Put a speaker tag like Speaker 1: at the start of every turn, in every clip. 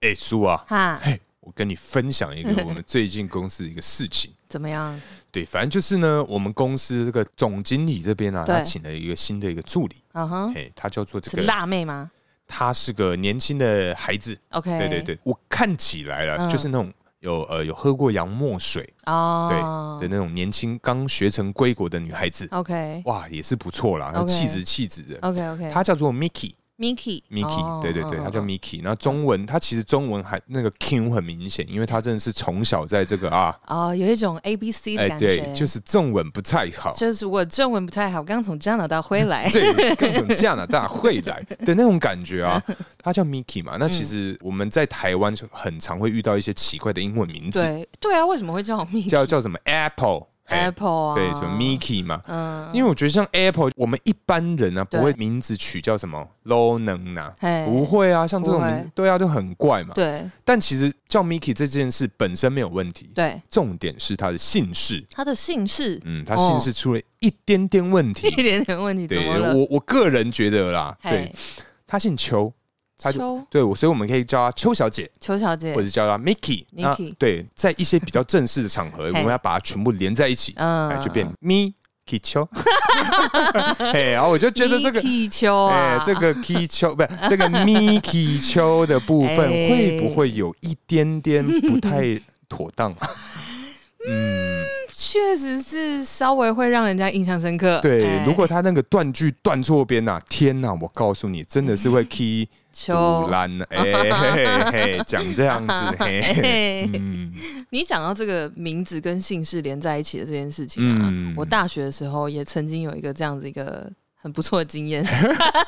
Speaker 1: 哎、叔啊，
Speaker 2: 哈，
Speaker 1: 嘿，我跟你分享一个
Speaker 2: 嗯
Speaker 1: 我们最近公司的一个事情。
Speaker 2: 怎么样？
Speaker 1: 对，反正就是呢，我们公司这个总经理这边啊，
Speaker 2: 对
Speaker 1: 他请了一个新的一个助理，
Speaker 2: 嗯哼，
Speaker 1: 哎、他叫做这
Speaker 2: 是
Speaker 1: 个，
Speaker 2: 辣妹吗
Speaker 1: 他是个年轻的孩子。
Speaker 2: ？OK，
Speaker 1: 对对，对，我看起来了，
Speaker 2: 哎嗯
Speaker 1: 就是那种有呃有喝过洋墨水
Speaker 2: 哦，
Speaker 1: 的那种年轻刚学成归国的女孩子，
Speaker 2: ，OK
Speaker 1: 哇，也是不错啦，
Speaker 2: 嗯 OK
Speaker 1: 气质气质的。
Speaker 2: OK OK，
Speaker 1: 她叫做 Mickey。
Speaker 2: Miki
Speaker 1: Miki，、
Speaker 2: 哦
Speaker 1: 对对对，
Speaker 2: 嗯
Speaker 1: 他叫
Speaker 2: 嗯
Speaker 1: Miki。然后中文，他其实中文还那个 Q 很明显，因为他真的是从小在这个啊，
Speaker 2: 哦，有一种 A B C 的
Speaker 1: 哎、
Speaker 2: 感觉，
Speaker 1: 对，就是中文不太好，
Speaker 2: 就是我中文不太好，刚从加拿大回 来，
Speaker 1: 对，各种加拿大会来的那种感觉 啊。他叫 Miki 嘛，那
Speaker 2: 嗯
Speaker 1: 其实我们在台湾就很常会遇到一些奇怪的英文名字，
Speaker 2: 对对啊，为什么会叫 Miki
Speaker 1: 叫叫什么 Apple，哎、
Speaker 2: Apple 啊？
Speaker 1: 对，什么 Miki 嘛。
Speaker 2: 嗯，
Speaker 1: 因为我觉得像 Apple，我们一般人啊不会
Speaker 2: 对
Speaker 1: 名字取叫什么 Low 能呐，
Speaker 2: 哎
Speaker 1: 不会啊，像这种
Speaker 2: 不会
Speaker 1: 名字，对啊，就很怪嘛。
Speaker 2: 对
Speaker 1: 但其实叫 Miki 这件事本身没有问题，
Speaker 2: 对，
Speaker 1: 重点是他的姓氏。
Speaker 2: 他的姓氏
Speaker 1: 嗯，他姓氏出了一点点问 题。
Speaker 2: 一点点问题，怎
Speaker 1: 对
Speaker 2: 么了？
Speaker 1: 我我个人觉得啦，对
Speaker 2: 嘿，
Speaker 1: 他姓邱，他就
Speaker 2: 邱
Speaker 1: 对我，所以我们可以叫他邱小姐，
Speaker 2: 邱小姐
Speaker 1: 或，者叫他 Miki。那
Speaker 2: Miki
Speaker 1: 对，在一些比较正式的场合，我们要把它全部连在一起，哎，
Speaker 2: 嗯
Speaker 1: 就变 Miki 邱。 哎，然后我就觉得这个。
Speaker 2: Miki 邱
Speaker 1: 哎、
Speaker 2: 啊，
Speaker 1: 这个 K 秋不是这个 Miki 秋的部分，
Speaker 2: 哎
Speaker 1: 会不会有一点点不太妥 当？嗯，
Speaker 2: 确实是稍微会让人家印象深刻。
Speaker 1: 对，
Speaker 2: 哎
Speaker 1: 如果他那个断句断错边呐，天呐、我告诉你，真的是会 K
Speaker 2: 邱
Speaker 1: 杜兰， 哎嘿嘿，讲这样子，嘿嘿，
Speaker 2: 嘿
Speaker 1: 嗯，
Speaker 2: 你讲到这个名字跟姓氏连在一起的这件事情啊，
Speaker 1: 嗯
Speaker 2: 我大学的时候也曾经有一个这样子一个很不错的经验，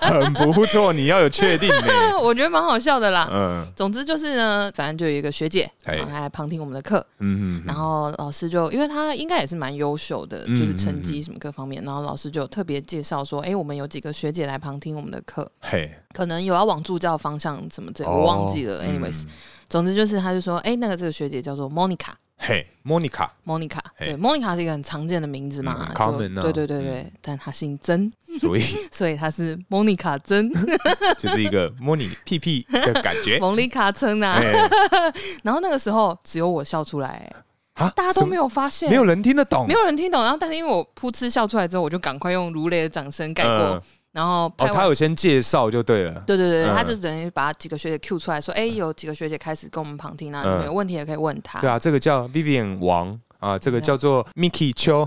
Speaker 1: 很不错，你要有确定呢，
Speaker 2: 我觉得蛮好笑的啦。
Speaker 1: 嗯
Speaker 2: 总之就是呢，反正就有一个学姐，
Speaker 1: 哎
Speaker 2: 然后她来旁听我们的课，
Speaker 1: 嗯，
Speaker 2: 然后老师就因为她应该也是蛮优秀的，
Speaker 1: 嗯
Speaker 2: 就是成绩什么各方面，然后老师就特别介绍说，哎，我们有几个学姐来旁听我们的课，
Speaker 1: 嘿，
Speaker 2: 可能有要往助教方向什么这，
Speaker 1: 哦
Speaker 2: 我忘记了。
Speaker 1: 嗯
Speaker 2: anyways，总之就是她就说，哎，那个这个学姐叫做 Monica。
Speaker 1: 嘿，Monica，
Speaker 2: Monica，
Speaker 1: 嘿
Speaker 2: 对，Monica 是一个很常见的名字嘛
Speaker 1: 嗯，
Speaker 2: 就
Speaker 1: common 啊
Speaker 2: 对对对对，但她姓曾，
Speaker 1: 所以
Speaker 2: 所以她是 Monica 曾
Speaker 1: 就是一个 摸你屁屁的感 觉，
Speaker 2: ，Monica 曾啊。
Speaker 1: 哎，
Speaker 2: 然后那个时候只有我笑出来，
Speaker 1: 啊
Speaker 2: 大家都没
Speaker 1: 有，
Speaker 2: 有发现，
Speaker 1: 没有人听得懂，
Speaker 2: 没有人听懂。然后但是因为我噗嗤笑出来之后，我就赶快用如雷的掌声盖过
Speaker 1: 嗯，
Speaker 2: 然后
Speaker 1: 哦，
Speaker 2: 拍
Speaker 1: 他
Speaker 2: 完。
Speaker 1: 有先介绍就对了，
Speaker 2: 对对对，
Speaker 1: 嗯
Speaker 2: 他就等于把几个学姐 Q 出来说，哎，有几个学姐开始跟我们旁听啊，你们有问题也可以问她。
Speaker 1: 嗯对啊，这个叫 Vivian 王啊，这个
Speaker 2: 对啊
Speaker 1: 叫做 Mickey 邱，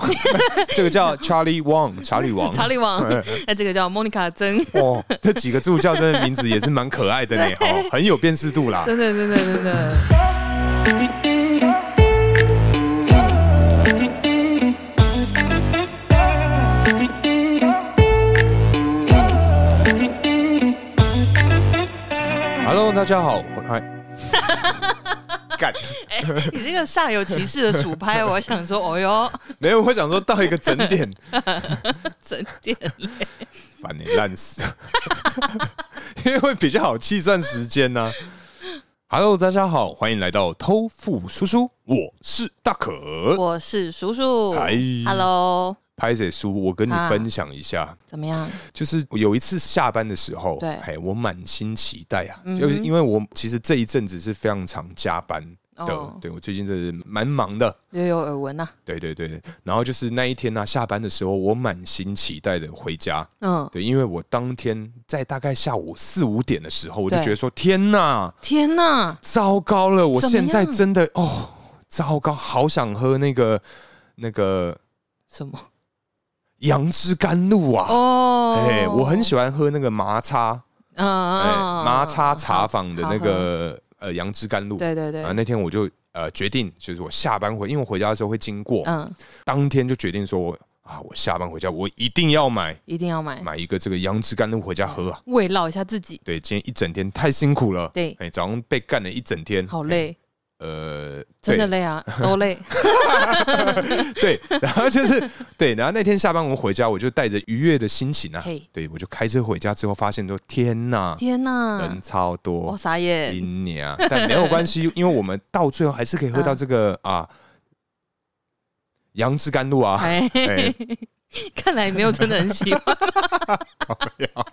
Speaker 1: 这个叫 Charlie Wang，查理王。
Speaker 2: 查理王，
Speaker 1: 嗯
Speaker 2: 那这个叫 Monica 曾，
Speaker 1: 哦，这几个助教真的名字也是蛮可爱的 呢，哦，很有辨识度啦。
Speaker 2: 真的真的真的。
Speaker 1: Hello，大家好，我 嗨，干，
Speaker 2: 哎、你这个煞有其事的数拍，我想说，哦哟，
Speaker 1: 没有，我想说到一个整点，
Speaker 2: 整点
Speaker 1: 烦你烂死， 因为会比较好计算时间呢、Hello，大家好，欢迎来到偷富叔叔，我是大可。
Speaker 2: 我是叔叔
Speaker 1: 哎
Speaker 2: ，Hello，
Speaker 1: 拍谁叔，我跟你
Speaker 2: 啊
Speaker 1: 分享一下。
Speaker 2: 怎么样？
Speaker 1: 就是有一次下班的时候，
Speaker 2: 对
Speaker 1: 嘿，我满心期待啊，
Speaker 2: 嗯哼
Speaker 1: 就是因为我其实这一阵子是非常常加班的，
Speaker 2: 哦，
Speaker 1: 对我最近真的是蛮忙的，
Speaker 2: 略有耳闻呐、啊
Speaker 1: 对对对。然后就是那一天呢、下班的时候，我满心期待的回家，
Speaker 2: 嗯，
Speaker 1: 对，因为我当天在大概下午四五点的时候，我就
Speaker 2: 对
Speaker 1: 觉得说，天哪，
Speaker 2: 天呐，
Speaker 1: 糟糕了，我
Speaker 2: 怎么
Speaker 1: 现在
Speaker 2: 样
Speaker 1: 真的哦，糟糕，好想喝那个那个
Speaker 2: 什么？
Speaker 1: 杨枝甘露啊。
Speaker 2: 哦，
Speaker 1: 哎、我很喜欢喝那个麻叉，
Speaker 2: 嗯，嗯
Speaker 1: 哎，
Speaker 2: 嗯
Speaker 1: 麻叉茶坊的那，
Speaker 2: 好好
Speaker 1: 个呃杨枝甘露
Speaker 2: 好。对对对
Speaker 1: 啊，，那天我就呃决定，就是我下班回，因为我回家的时候会经过，
Speaker 2: 嗯，
Speaker 1: 当天就决定说我啊，我下班回家我一定要买
Speaker 2: 一定要买，
Speaker 1: 买一个这个杨枝甘露回家喝啊。
Speaker 2: 慰劳一下自己，
Speaker 1: 对，今天一整天太辛苦了，
Speaker 2: 哎对，
Speaker 1: 哎，早上被干了一整天，
Speaker 2: 好累，
Speaker 1: 呃，
Speaker 2: 真
Speaker 1: 对
Speaker 2: 的累啊，都累，
Speaker 1: 对，然后就是对，然后那天下班我回家，我就带着愉悦的心情啊，
Speaker 2: 嘿，
Speaker 1: 对我就开车回家之后，发现说天呐，
Speaker 2: 天啊呐
Speaker 1: 人，超多，
Speaker 2: 我傻眼，
Speaker 1: 零年啊，但没有关 系，因为我们到最后还
Speaker 2: 嗯
Speaker 1: 是可以喝到这个啊杨枝甘露啊，
Speaker 2: 哎，
Speaker 1: 哎，
Speaker 2: 看来没有真的很 喜欢。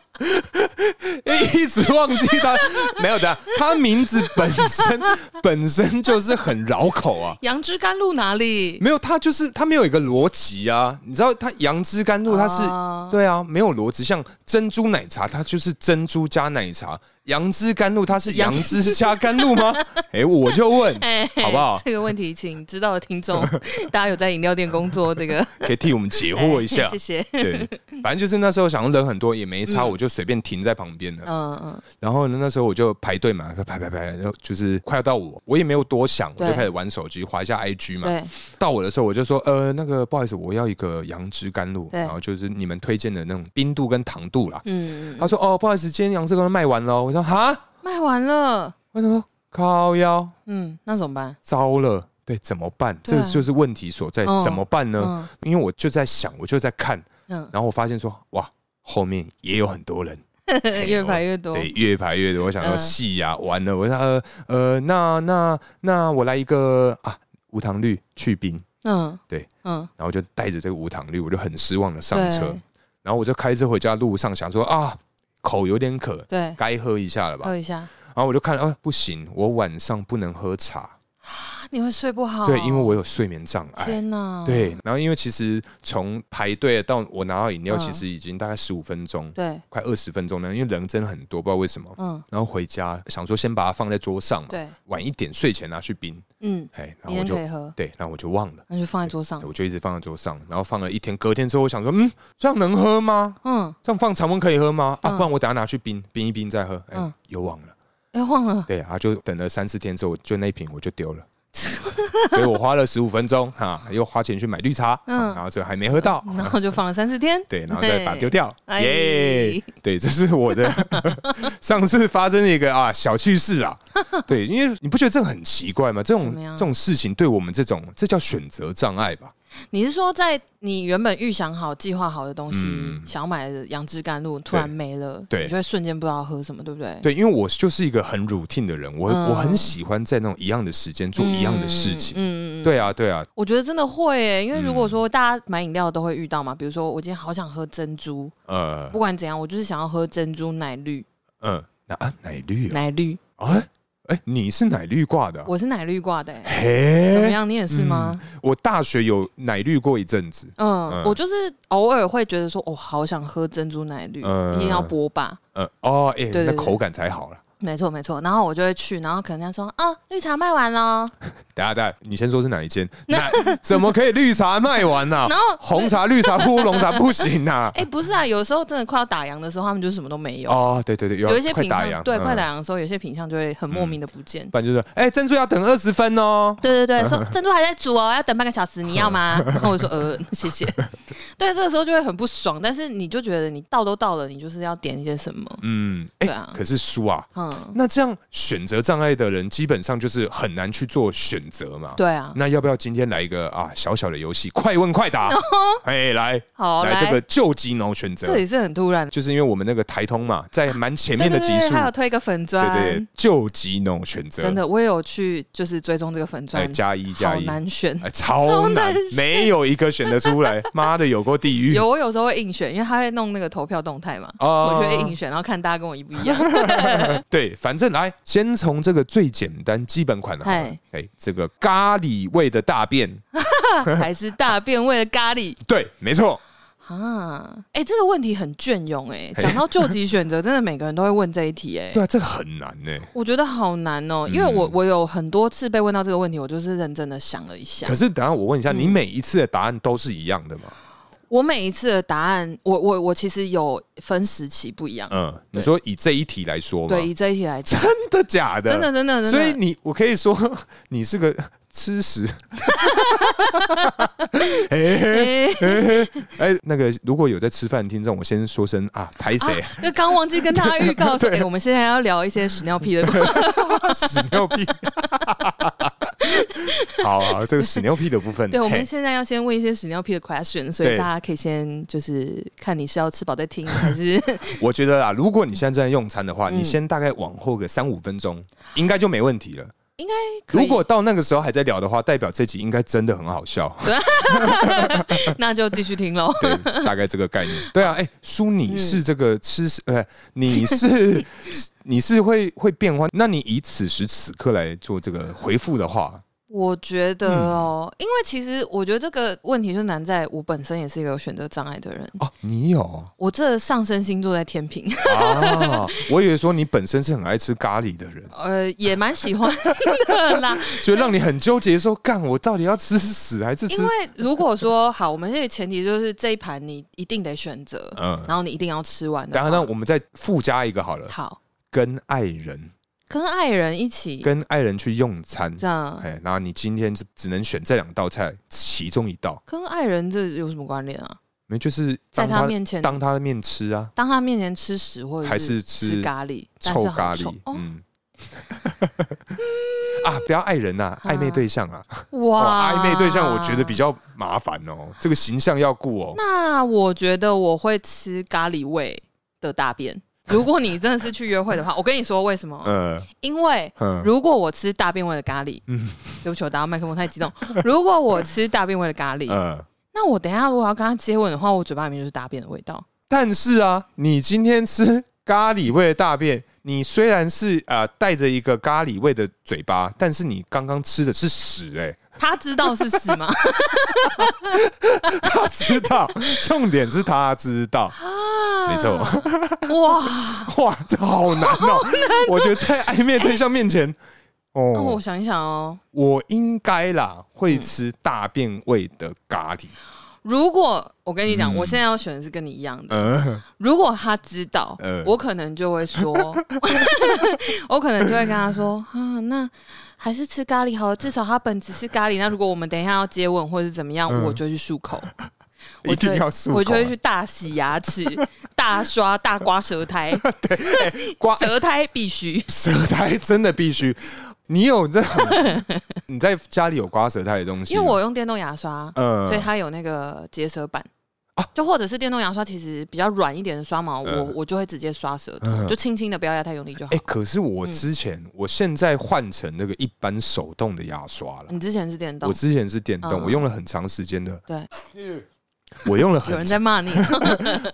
Speaker 1: 因为一直忘记他没有的，他名字本身本身就是很绕口啊。
Speaker 2: 杨枝甘露哪里？
Speaker 1: 没有，他就是他没有一个逻辑啊。你知道，他杨枝甘露，他是、
Speaker 2: 啊
Speaker 1: 对啊，没有逻辑。像珍珠奶茶，它就是珍珠加奶茶；杨枝甘露，它是杨枝加甘露吗？哎、我就问，
Speaker 2: 哎，
Speaker 1: 好不好
Speaker 2: 这个问题，请知道的听 众，大家有在饮料店工作，这 个
Speaker 1: 可以替我们解惑一下
Speaker 2: 哎谢。谢。
Speaker 1: 对，反正就是那时候想要人很多也没差，我就随便停在旁边了。
Speaker 2: 嗯嗯，
Speaker 1: 然后呢，那时候我就排队嘛，排排排，然后就是快要到我，我也没有多想，我
Speaker 2: 对
Speaker 1: 就开始玩手机，划一下 IG 嘛。
Speaker 2: 对，
Speaker 1: 到我的时候，我就说，呃，那个不好意思，我要一个杨枝甘露，
Speaker 2: 对
Speaker 1: 然后就是你们推荐的那种冰度跟糖度啦。
Speaker 2: 嗯，
Speaker 1: 他说，哦，不好意思，今天杨枝甘露卖完了。我说，哈，
Speaker 2: 卖完了，
Speaker 1: 我说靠腰，
Speaker 2: 嗯，那怎么办？
Speaker 1: 糟了，对，怎么办？
Speaker 2: 对
Speaker 1: 这
Speaker 2: 啊
Speaker 1: 就是问题所在，
Speaker 2: 嗯
Speaker 1: 怎么办呢？
Speaker 2: 嗯
Speaker 1: 因为我就在想，我就在看，
Speaker 2: 嗯，
Speaker 1: 然后我发现说，哇，后面也有很多人。
Speaker 2: 越排越多。
Speaker 1: 对，越排越多。我想要
Speaker 2: 哦嗯
Speaker 1: 戏呀、完了，我说呃呃，那那那我来一个啊，无糖绿去冰，
Speaker 2: 嗯，
Speaker 1: 对，
Speaker 2: 嗯，
Speaker 1: 然后就带着这个无糖绿，我就很失望的上车
Speaker 2: 对，
Speaker 1: 然后我就开车回家路上想说啊，口有点渴，
Speaker 2: 对，
Speaker 1: 该喝一下了吧
Speaker 2: 喝。一下，
Speaker 1: 然后我就看啊，不行，我晚上不能喝茶，
Speaker 2: 你会睡不好。
Speaker 1: 对，因为我有睡眠障碍。
Speaker 2: 哦天哪，
Speaker 1: 对，然后因为其实从排队到我拿到饮料，
Speaker 2: 嗯
Speaker 1: 其实已经大概十五分钟，
Speaker 2: 对，
Speaker 1: 快二十分钟了，因为人真的很多，不知道为什么。
Speaker 2: 嗯，
Speaker 1: 然后回家想说先把它放在桌上嘛，
Speaker 2: 对，
Speaker 1: 晚一点睡前拿去冰，
Speaker 2: 嗯，
Speaker 1: 哎，然后
Speaker 2: 明
Speaker 1: 我
Speaker 2: 天嗯
Speaker 1: 就
Speaker 2: 可以喝，
Speaker 1: 对，然后我就忘了，
Speaker 2: 那就放在桌上
Speaker 1: 我。就一直放在桌上，然后放了一天，隔天之后我想说，嗯，这样能喝吗？
Speaker 2: 嗯，
Speaker 1: 这样放常温可以喝吗？啊，
Speaker 2: 嗯
Speaker 1: 不然我等下拿去冰冰一冰再喝，哎、
Speaker 2: 嗯
Speaker 1: 又忘了，
Speaker 2: 哎，忘了，
Speaker 1: 对，然后就等了三四天之后，就那一瓶我就丢 了。所以我花了十五分钟哈、又花钱去买绿茶，
Speaker 2: 嗯
Speaker 1: 啊然后最后还没喝到，
Speaker 2: 然后就放了三四 天。
Speaker 1: 对，然后再把它丢掉，
Speaker 2: 哎
Speaker 1: 耶、对，这是我 的上次发生的一个啊小趣事 啦。对，因为你不觉得这个很奇怪吗？这种
Speaker 2: 怎么样
Speaker 1: 这种事情对我们这种这叫选择障碍吧？
Speaker 2: 你是说，在你原本预想好、计划好的东西，
Speaker 1: 嗯
Speaker 2: 想要买的杨枝甘露突然没了，
Speaker 1: 对
Speaker 2: 你就会瞬间不知道喝什么，对不对？
Speaker 1: 对，因为我就是一个很 routine 的人，我、
Speaker 2: 嗯
Speaker 1: 我很喜欢在那种一样的时间做
Speaker 2: 嗯，
Speaker 1: 一样的事情。
Speaker 2: 嗯嗯嗯，
Speaker 1: 对啊，对啊，
Speaker 2: 我觉得真的会耶，因为如
Speaker 1: 嗯
Speaker 2: 果说大家买饮料都会遇到嘛，比如说我今天好想喝珍珠，
Speaker 1: 呃
Speaker 2: 不管怎样，我就是想要喝珍珠奶绿，
Speaker 1: 嗯，那、啊、奶绿啊，
Speaker 2: 奶绿，
Speaker 1: 哎哎、你是奶绿挂的啊、哎
Speaker 2: 我是奶绿挂的耶。欸怎么
Speaker 1: 嘿，
Speaker 2: 样？你也是吗？
Speaker 1: 我大学有奶绿过一阵子，
Speaker 2: 嗯，
Speaker 1: 嗯
Speaker 2: 我就是偶尔会觉得说，哦，好想喝珍珠奶绿，
Speaker 1: 嗯
Speaker 2: 一定要波霸。
Speaker 1: 呃，哦，哎、
Speaker 2: 对
Speaker 1: 那
Speaker 2: 对
Speaker 1: 口感才好了。
Speaker 2: 没错没错，然后我就会去，然后可能他说啊，绿茶卖完了，
Speaker 1: 等一下，等一下，你先说是哪一 间？那怎么可以绿茶卖完呢、
Speaker 2: 然后
Speaker 1: 红茶、绿茶、乌龙茶不行呐、
Speaker 2: 哎、不是啊，有时候真的快要打烊的时候，他们就什么都没有。
Speaker 1: 哦，对对对，
Speaker 2: 有一些
Speaker 1: 快
Speaker 2: 品
Speaker 1: 打烊，
Speaker 2: 相，对，
Speaker 1: 嗯
Speaker 2: 快。打烊的时候，有些品相就会很莫名的不见。
Speaker 1: 不然就是，哎、珍珠要等二十分哦。
Speaker 2: 对对 对，说珍珠还在煮哦，要等半个小时，你要 吗？然后我就说呃，谢谢。 对，这个时候就会很不爽，但是你就觉得你到都到了，你就是要点一些什么，
Speaker 1: 嗯，哎、
Speaker 2: 对啊
Speaker 1: 可是叔啊，
Speaker 2: 嗯，
Speaker 1: 那这样选择障碍的人基本上就是很难去做选择嘛。
Speaker 2: 对啊，
Speaker 1: 那要不要今天来一个啊小小的游戏，快问快 答？哎，来
Speaker 2: 哦好
Speaker 1: 来这个救急脑选择
Speaker 2: 这，也是很突然，
Speaker 1: 就是因为我们那个台通嘛，在蛮前
Speaker 2: 对
Speaker 1: 面
Speaker 2: 对
Speaker 1: 的
Speaker 2: 对
Speaker 1: 集
Speaker 2: 对，
Speaker 1: 数，
Speaker 2: 还有推一个粉
Speaker 1: 对
Speaker 2: 砖，
Speaker 1: 对对，救急脑选择，
Speaker 2: 真的，我也有去就是追踪这个粉
Speaker 1: 哎
Speaker 2: 砖，
Speaker 1: 加一加
Speaker 2: 好
Speaker 1: 一，
Speaker 2: 难选。
Speaker 1: 哎，超
Speaker 2: 超
Speaker 1: 难
Speaker 2: 难，
Speaker 1: 没有一个选得出 来。妈的，有过地狱。
Speaker 2: 有我有时候会硬选，因为他会弄那个投票动态嘛，
Speaker 1: 嗯哦
Speaker 2: 我就会硬选，然后看大家跟我一不一样。
Speaker 1: 对，反正来先从这个最简单基本款的好了
Speaker 2: 嗨。
Speaker 1: 哎，这个咖喱味的大便，
Speaker 2: 还是大便味的咖喱
Speaker 1: 对，没错，
Speaker 2: 啊？哎、这个问题很隽永哎、
Speaker 1: 嘿
Speaker 2: 讲到救急选择，真的每个人都会问这一题哎、
Speaker 1: 对啊，这嗯个很难呢。
Speaker 2: 我觉得好难哦、因为我我有很多次被问到这个问题，我就是认真的想了一下
Speaker 1: 可。是等一下我问一下，
Speaker 2: 嗯
Speaker 1: 你每一次的答案都是一样的吗？
Speaker 2: 我每一次的答案，我我我其实有分时期不一样。
Speaker 1: 嗯，你
Speaker 2: 对
Speaker 1: 说以这一题来说嘛，
Speaker 2: 对，以这一题来讲，
Speaker 1: 真的假的？
Speaker 2: 真的真的真的，
Speaker 1: 所以你，我可以说你是个吃屎。 哎、
Speaker 2: 哎
Speaker 1: 哎，那个如果有在吃饭的听众，我先说声啊，拍谁、
Speaker 2: 啊那刚忘记跟大家 预告说，
Speaker 1: 对
Speaker 2: 哎、我们现在要聊一些屎尿屁的故 事。
Speaker 1: 屎尿屁。好好，这个屎尿屁的部分，
Speaker 2: 对，我们
Speaker 1: 嗯嘿
Speaker 2: 现在要先问一些屎尿屁的 question，所
Speaker 1: 对
Speaker 2: 以大家可以先就是看你是要吃饱再听，还是
Speaker 1: 我觉得啊，如果你现在正在用餐的话，
Speaker 2: 嗯
Speaker 1: 你先大概往后个三五分钟，应该就没问题了。
Speaker 2: 应该可以
Speaker 1: 如果到那个时候还在聊的话，代表这集应该真的很好笑。
Speaker 2: 那就继续听喽。
Speaker 1: 对，大概这个概念。对啊，哎、叔，
Speaker 2: 嗯
Speaker 1: 你是这个吃，呃， 你是你是会会变化。那你以此时此刻来做这个回复的话，
Speaker 2: 我觉得哦，
Speaker 1: 嗯
Speaker 2: 因为其实我觉得这个问题就难在我本身也是一个有选择障碍的人，
Speaker 1: 哦，你 有
Speaker 2: 我这上升星座在天平，
Speaker 1: 啊？我以为说你本身是很爱吃咖喱的人，
Speaker 2: 呃，也蛮喜欢 的啦。
Speaker 1: 就让你很纠结说，干我到底要吃屎还是
Speaker 2: 因
Speaker 1: 吃
Speaker 2: 为？如果说好，我们这个前提就是这一盘你一定得选择，
Speaker 1: 嗯，
Speaker 2: 然后你一定要吃完的
Speaker 1: 然
Speaker 2: 话。
Speaker 1: 后呢，我们再附加一个好了，
Speaker 2: 好，
Speaker 1: 跟爱人，
Speaker 2: 跟爱人一起
Speaker 1: 跟爱人去用餐。
Speaker 2: 这样，
Speaker 1: 哎，然后你今天只只能选这两道菜其中一道，
Speaker 2: 跟爱人这有什么关联啊？
Speaker 1: 没就是
Speaker 2: 在
Speaker 1: 当他
Speaker 2: 他面前，
Speaker 1: 当他的面吃啊。
Speaker 2: 当他面前吃屎或者
Speaker 1: 还是吃
Speaker 2: 吃咖喱，但
Speaker 1: 臭
Speaker 2: 是好
Speaker 1: 咖
Speaker 2: 臭
Speaker 1: 喱，
Speaker 2: 哦
Speaker 1: 嗯。 啊，不要爱人呐、
Speaker 2: 啊
Speaker 1: 暧昧对象啊，哦，
Speaker 2: 哇，
Speaker 1: 暧昧对象我觉得比较麻烦哦，这个形象要顾哦。
Speaker 2: 那我觉得我会吃咖喱味的大 便。如果你真的是去约会的话，我跟你说为什么？
Speaker 1: 呃，
Speaker 2: 因为
Speaker 1: 嗯，
Speaker 2: 如果我吃大便味的咖喱，
Speaker 1: 嗯
Speaker 2: 嗯，对不起，我打到麦克风太激动。 如果我吃大便味的咖喱，
Speaker 1: 呃，
Speaker 2: 那我等一下如果要跟他接吻的话，我嘴巴里面就是大便的味道。
Speaker 1: 但是啊，你今天吃咖喱味的大便，你虽然是啊带着一个咖喱味的嘴巴，但是你刚刚吃的是屎哎、
Speaker 2: 他知道是屎 吗？
Speaker 1: 他知道， 啊重点是他知道，没 错。
Speaker 2: 哇！
Speaker 1: 哇，这好难哦！我觉得在暧昧对象面前，
Speaker 2: 那
Speaker 1: 哦
Speaker 2: 我，想一想哦，
Speaker 1: 我应该啦会吃大便味的咖喱。
Speaker 2: 如果我跟你讲，
Speaker 1: 嗯
Speaker 2: 我现在要选的是跟你一样的。
Speaker 1: 嗯，
Speaker 2: 如果他知道，
Speaker 1: 呃
Speaker 2: 我可能就会说， 我可能就会跟他说，啊，那还是吃咖喱好了，至少它本质是咖喱。那如果我们等一下要接吻或者是怎么样，
Speaker 1: 嗯
Speaker 2: 我就去漱口，
Speaker 1: 一定要漱口啊
Speaker 2: 我就会我就会去大洗牙 齿、大刷、大刮舌苔，
Speaker 1: 哎刮
Speaker 2: 舌苔必须。
Speaker 1: 舌苔真的必须。你有这种你在家里有刮舌苔的东西
Speaker 2: 因
Speaker 1: 吗？
Speaker 2: 为我用电动牙刷，
Speaker 1: 呃
Speaker 2: 所以它有那个结舌板。
Speaker 1: 啊
Speaker 2: 就或者是电动牙刷，其实比较软一点的刷毛，我我就会直接刷舌头，
Speaker 1: 嗯
Speaker 2: 就轻轻的，不要压太用力就好
Speaker 1: 哎、。可是我
Speaker 2: 嗯
Speaker 1: 之前、我现在换成那个一般手动的牙刷了。
Speaker 2: 你之前是电动
Speaker 1: 我，之前是电动，
Speaker 2: 嗯
Speaker 1: 我用了很长时间的。
Speaker 2: 对，
Speaker 1: 我用了
Speaker 2: 有人
Speaker 1: 很
Speaker 2: 在骂 你，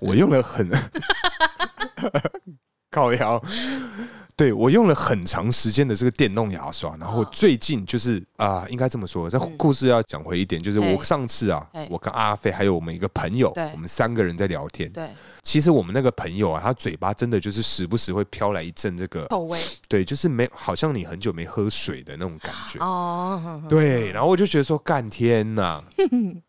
Speaker 1: 我用了 很靠腰，对我用了很长时间的这个电动牙刷，然后
Speaker 2: 嗯
Speaker 1: 最近就是啊、应该这么说，这
Speaker 2: 嗯
Speaker 1: 故事要讲回一点，就是
Speaker 2: 嘿
Speaker 1: 我上次啊
Speaker 2: 嘿，
Speaker 1: 我跟阿飞还有我们一个朋友
Speaker 2: 对，
Speaker 1: 我们三个人在聊天。
Speaker 2: 对，
Speaker 1: 其实我们那个朋友啊，他嘴巴真的就是时不时会飘来一阵这个，
Speaker 2: 臭味
Speaker 1: 对，就是没好像你很久没喝水的那种感觉。
Speaker 2: 哦，哼哼
Speaker 1: 对，然后我就觉得说，干天 呐！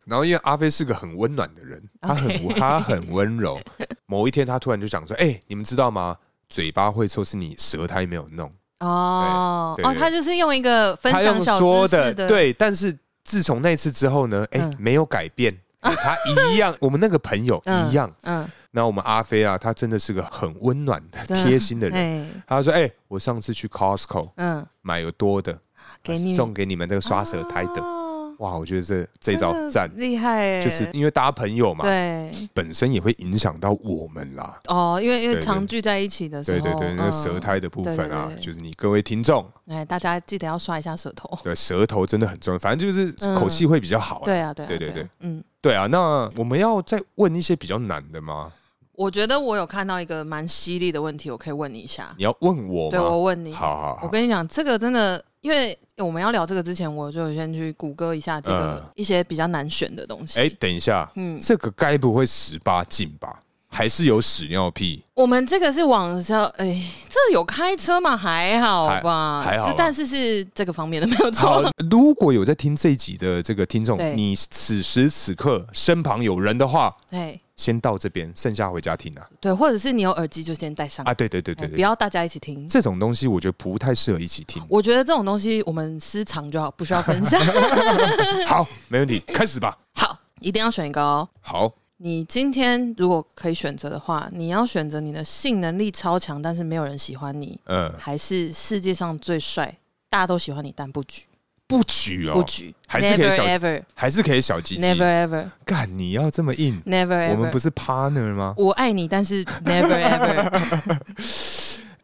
Speaker 1: 然后因为阿飞是个很温暖的人，他很他很温柔。某一天，他突然就讲说：“哎、你们知道吗？嘴巴会臭是你舌苔没有弄。
Speaker 2: 哦
Speaker 1: 对对
Speaker 2: 哦，
Speaker 1: 对
Speaker 2: 他就是用一个”分
Speaker 1: 他
Speaker 2: 享
Speaker 1: 用
Speaker 2: 小
Speaker 1: 说
Speaker 2: 知识
Speaker 1: 对，但是自从那次之后呢，哎、
Speaker 2: 嗯
Speaker 1: 没有改 变，他一样，我们那个朋友
Speaker 2: 嗯
Speaker 1: 一样。
Speaker 2: 嗯，
Speaker 1: 那我们阿飞啊，他真的是个很温暖、
Speaker 2: 对啊
Speaker 1: 贴心的人。
Speaker 2: 哎，
Speaker 1: 他说：“哎、我上次去 Costco
Speaker 2: 嗯，
Speaker 1: 买有多的，
Speaker 2: 给你
Speaker 1: 送给你们那个刷舌苔的。
Speaker 2: 哦
Speaker 1: 哇，我觉得这这招
Speaker 2: 真的
Speaker 1: 赞。
Speaker 2: 厉害耶，
Speaker 1: 就是因为大家朋友嘛，
Speaker 2: 对
Speaker 1: 本身也会影响到我们啦。
Speaker 2: 哦，因为因
Speaker 1: 对
Speaker 2: 为
Speaker 1: 对
Speaker 2: 常聚在一起的时
Speaker 1: 对
Speaker 2: 候，
Speaker 1: 对对，那个
Speaker 2: 嗯
Speaker 1: 舌，苔的部分啊
Speaker 2: 对对，对
Speaker 1: 就是你各位听众，
Speaker 2: 哎，大家记得要刷一下舌头，
Speaker 1: 对舌头真的很重要，反正就是
Speaker 2: 嗯
Speaker 1: 口气会比较好啊。
Speaker 2: 对啊，对啊，
Speaker 1: 对对
Speaker 2: 啊
Speaker 1: 对，
Speaker 2: 嗯。
Speaker 1: 对啊，那我们要再问一些比较难的吗？
Speaker 2: 我觉得我有看到一个蛮犀利的问题，我可以问你一下。
Speaker 1: 你要问我
Speaker 2: 对，
Speaker 1: 吗？
Speaker 2: 我问你，
Speaker 1: 好好好
Speaker 2: 我，跟你讲，这个真的，因为欸我们要聊这个之前，我就先去谷歌一下这个
Speaker 1: 嗯
Speaker 2: 一些比较难选的东西。
Speaker 1: 哎，等一下，
Speaker 2: 嗯，
Speaker 1: 这个该不会十八禁吧？还是有屎尿屁？
Speaker 2: 我们这个是网上，哎、这有开车嘛？还好吧，
Speaker 1: 还还好吧
Speaker 2: 是但是是这个方面的没有
Speaker 1: 好
Speaker 2: 错。，
Speaker 1: 如果有在听这一集的这个听众
Speaker 2: 对，
Speaker 1: 你此时此刻身旁有人的话，
Speaker 2: 对
Speaker 1: 先到这边，剩下回家听啊！
Speaker 2: 对，或者是你有耳机就先戴上，
Speaker 1: 啊，对对对
Speaker 2: 哎
Speaker 1: 对对
Speaker 2: 不，要大家一起听。
Speaker 1: 这种东西我觉得不太适合一起听。
Speaker 2: 我觉得这种东西我们私藏就好，不需要分 享。
Speaker 1: 好，没问题，开始吧。
Speaker 2: 好，一定要选一个哦。
Speaker 1: 好，
Speaker 2: 你今天如果可以选择的话，你要选择你的性能力超强，但是没有人喜欢你，
Speaker 1: 嗯，
Speaker 2: 还是世界上最帅，大家都喜欢你，但不举
Speaker 1: 不举
Speaker 2: 不
Speaker 1: 哦，
Speaker 2: 举，
Speaker 1: 还是可以
Speaker 2: never
Speaker 1: 小
Speaker 2: ever
Speaker 1: 还是可以小鸡鸡。
Speaker 2: never ever
Speaker 1: 干，你要这么硬？
Speaker 2: never
Speaker 1: 我们
Speaker 2: ever
Speaker 1: 不。是 partner 吗？
Speaker 2: 我爱你，但是 never ever。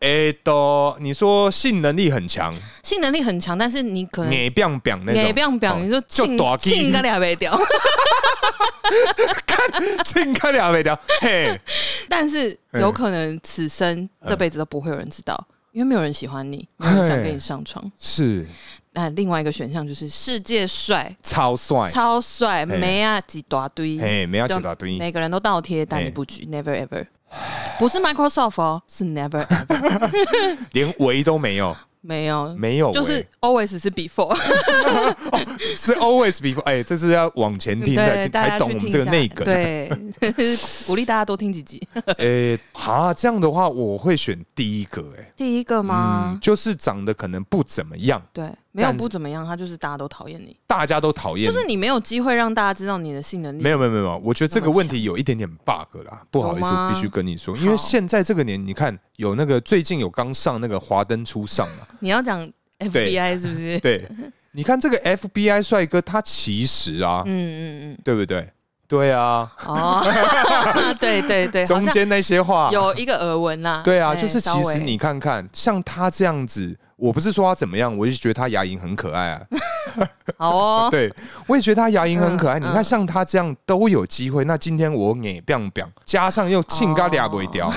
Speaker 1: 哎都，你说性能力很强，
Speaker 2: 性能力很强，但是你可能
Speaker 1: 你 biang biang 那
Speaker 2: 也
Speaker 1: 种，
Speaker 2: 不要表，
Speaker 1: 哦
Speaker 2: 你说
Speaker 1: 就
Speaker 2: 进
Speaker 1: 大
Speaker 2: 进
Speaker 1: 劲
Speaker 2: 个俩没掉，
Speaker 1: 进开俩没掉，嘿，
Speaker 2: 但是
Speaker 1: 嗯
Speaker 2: 有可能此生这辈子都不会有人知道，因为没有人喜欢你，没有人想跟你上床。
Speaker 1: 是
Speaker 2: 那另外一个选项就是世界帅，
Speaker 1: 超帅，
Speaker 2: 超帅，没啊几大堆，
Speaker 1: 嘿，没有几大
Speaker 2: 就
Speaker 1: 堆，
Speaker 2: 每个人都倒贴，但你不举，never ever，不是 Microsoft 哦，是 never，ever
Speaker 1: 连围都没有，
Speaker 2: 没有，
Speaker 1: 没有围，欸
Speaker 2: 嗯就是 always 是 before，
Speaker 1: 是 always before，哎，这是要往前听
Speaker 2: 嗯对，
Speaker 1: 的，
Speaker 2: 大
Speaker 1: 才
Speaker 2: 家去
Speaker 1: 懂我
Speaker 2: 听
Speaker 1: 们
Speaker 2: 一
Speaker 1: 这个
Speaker 2: 下
Speaker 1: 内梗，啊
Speaker 2: 对， 鼓励大家多听几集。
Speaker 1: 哎，哈，这样的话我会选第一个，哎，
Speaker 2: 第一个吗
Speaker 1: 嗯，？就是长得可能不怎么样，
Speaker 2: 对，没有
Speaker 1: 但是
Speaker 2: 不怎么样，他就是大家都讨厌你，
Speaker 1: 大家都讨厌，
Speaker 2: 就是你没有机会让大家知道你的性能力。
Speaker 1: 没有没有没有没有，我觉得这个问题有一点点 bug 啦，不好意思，
Speaker 2: 有吗
Speaker 1: 我必须跟你说，因为现在这个年，你看有那个最近有刚上那个华灯初上嘛，
Speaker 2: 你要讲 FBI 是不是？
Speaker 1: 对，你看这个 FBI 帅哥，他其实啊，
Speaker 2: 嗯嗯
Speaker 1: 对不对？对啊，
Speaker 2: 嗯，哦， 对对对，哎好
Speaker 1: 中
Speaker 2: 像
Speaker 1: 间那些话，
Speaker 2: 有一个耳闻啦。
Speaker 1: 对啊，
Speaker 2: 哎
Speaker 1: 就是
Speaker 2: 稍
Speaker 1: 其实
Speaker 2: 微
Speaker 1: 你看看，像他这样子，我不是说他怎么样，我就觉得他牙龈很可爱啊，
Speaker 2: 好哦，
Speaker 1: 对，我也觉得他牙龈很可爱。
Speaker 2: 嗯
Speaker 1: 你
Speaker 2: 嗯
Speaker 1: 看，像他这样都有机会。那今天我给 biang biang，加上又庆嘎俩不掉，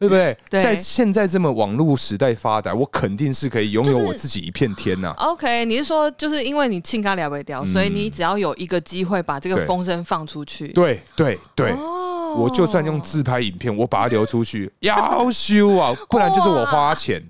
Speaker 1: 对不对？
Speaker 2: 哦 对
Speaker 1: 在现在这么网络时代发达，我肯定是可以拥有
Speaker 2: 就是哦
Speaker 1: 我自己一片天呐、
Speaker 2: OK，你是说就是因为你庆咖聊不掉，
Speaker 1: 嗯
Speaker 2: 所以你只要有一个机会把这个
Speaker 1: 对
Speaker 2: 风声放出去，
Speaker 1: 对对对。
Speaker 2: 哦
Speaker 1: 我就算用自拍影片，我把它流出去，要修啊！不然就是我花钱，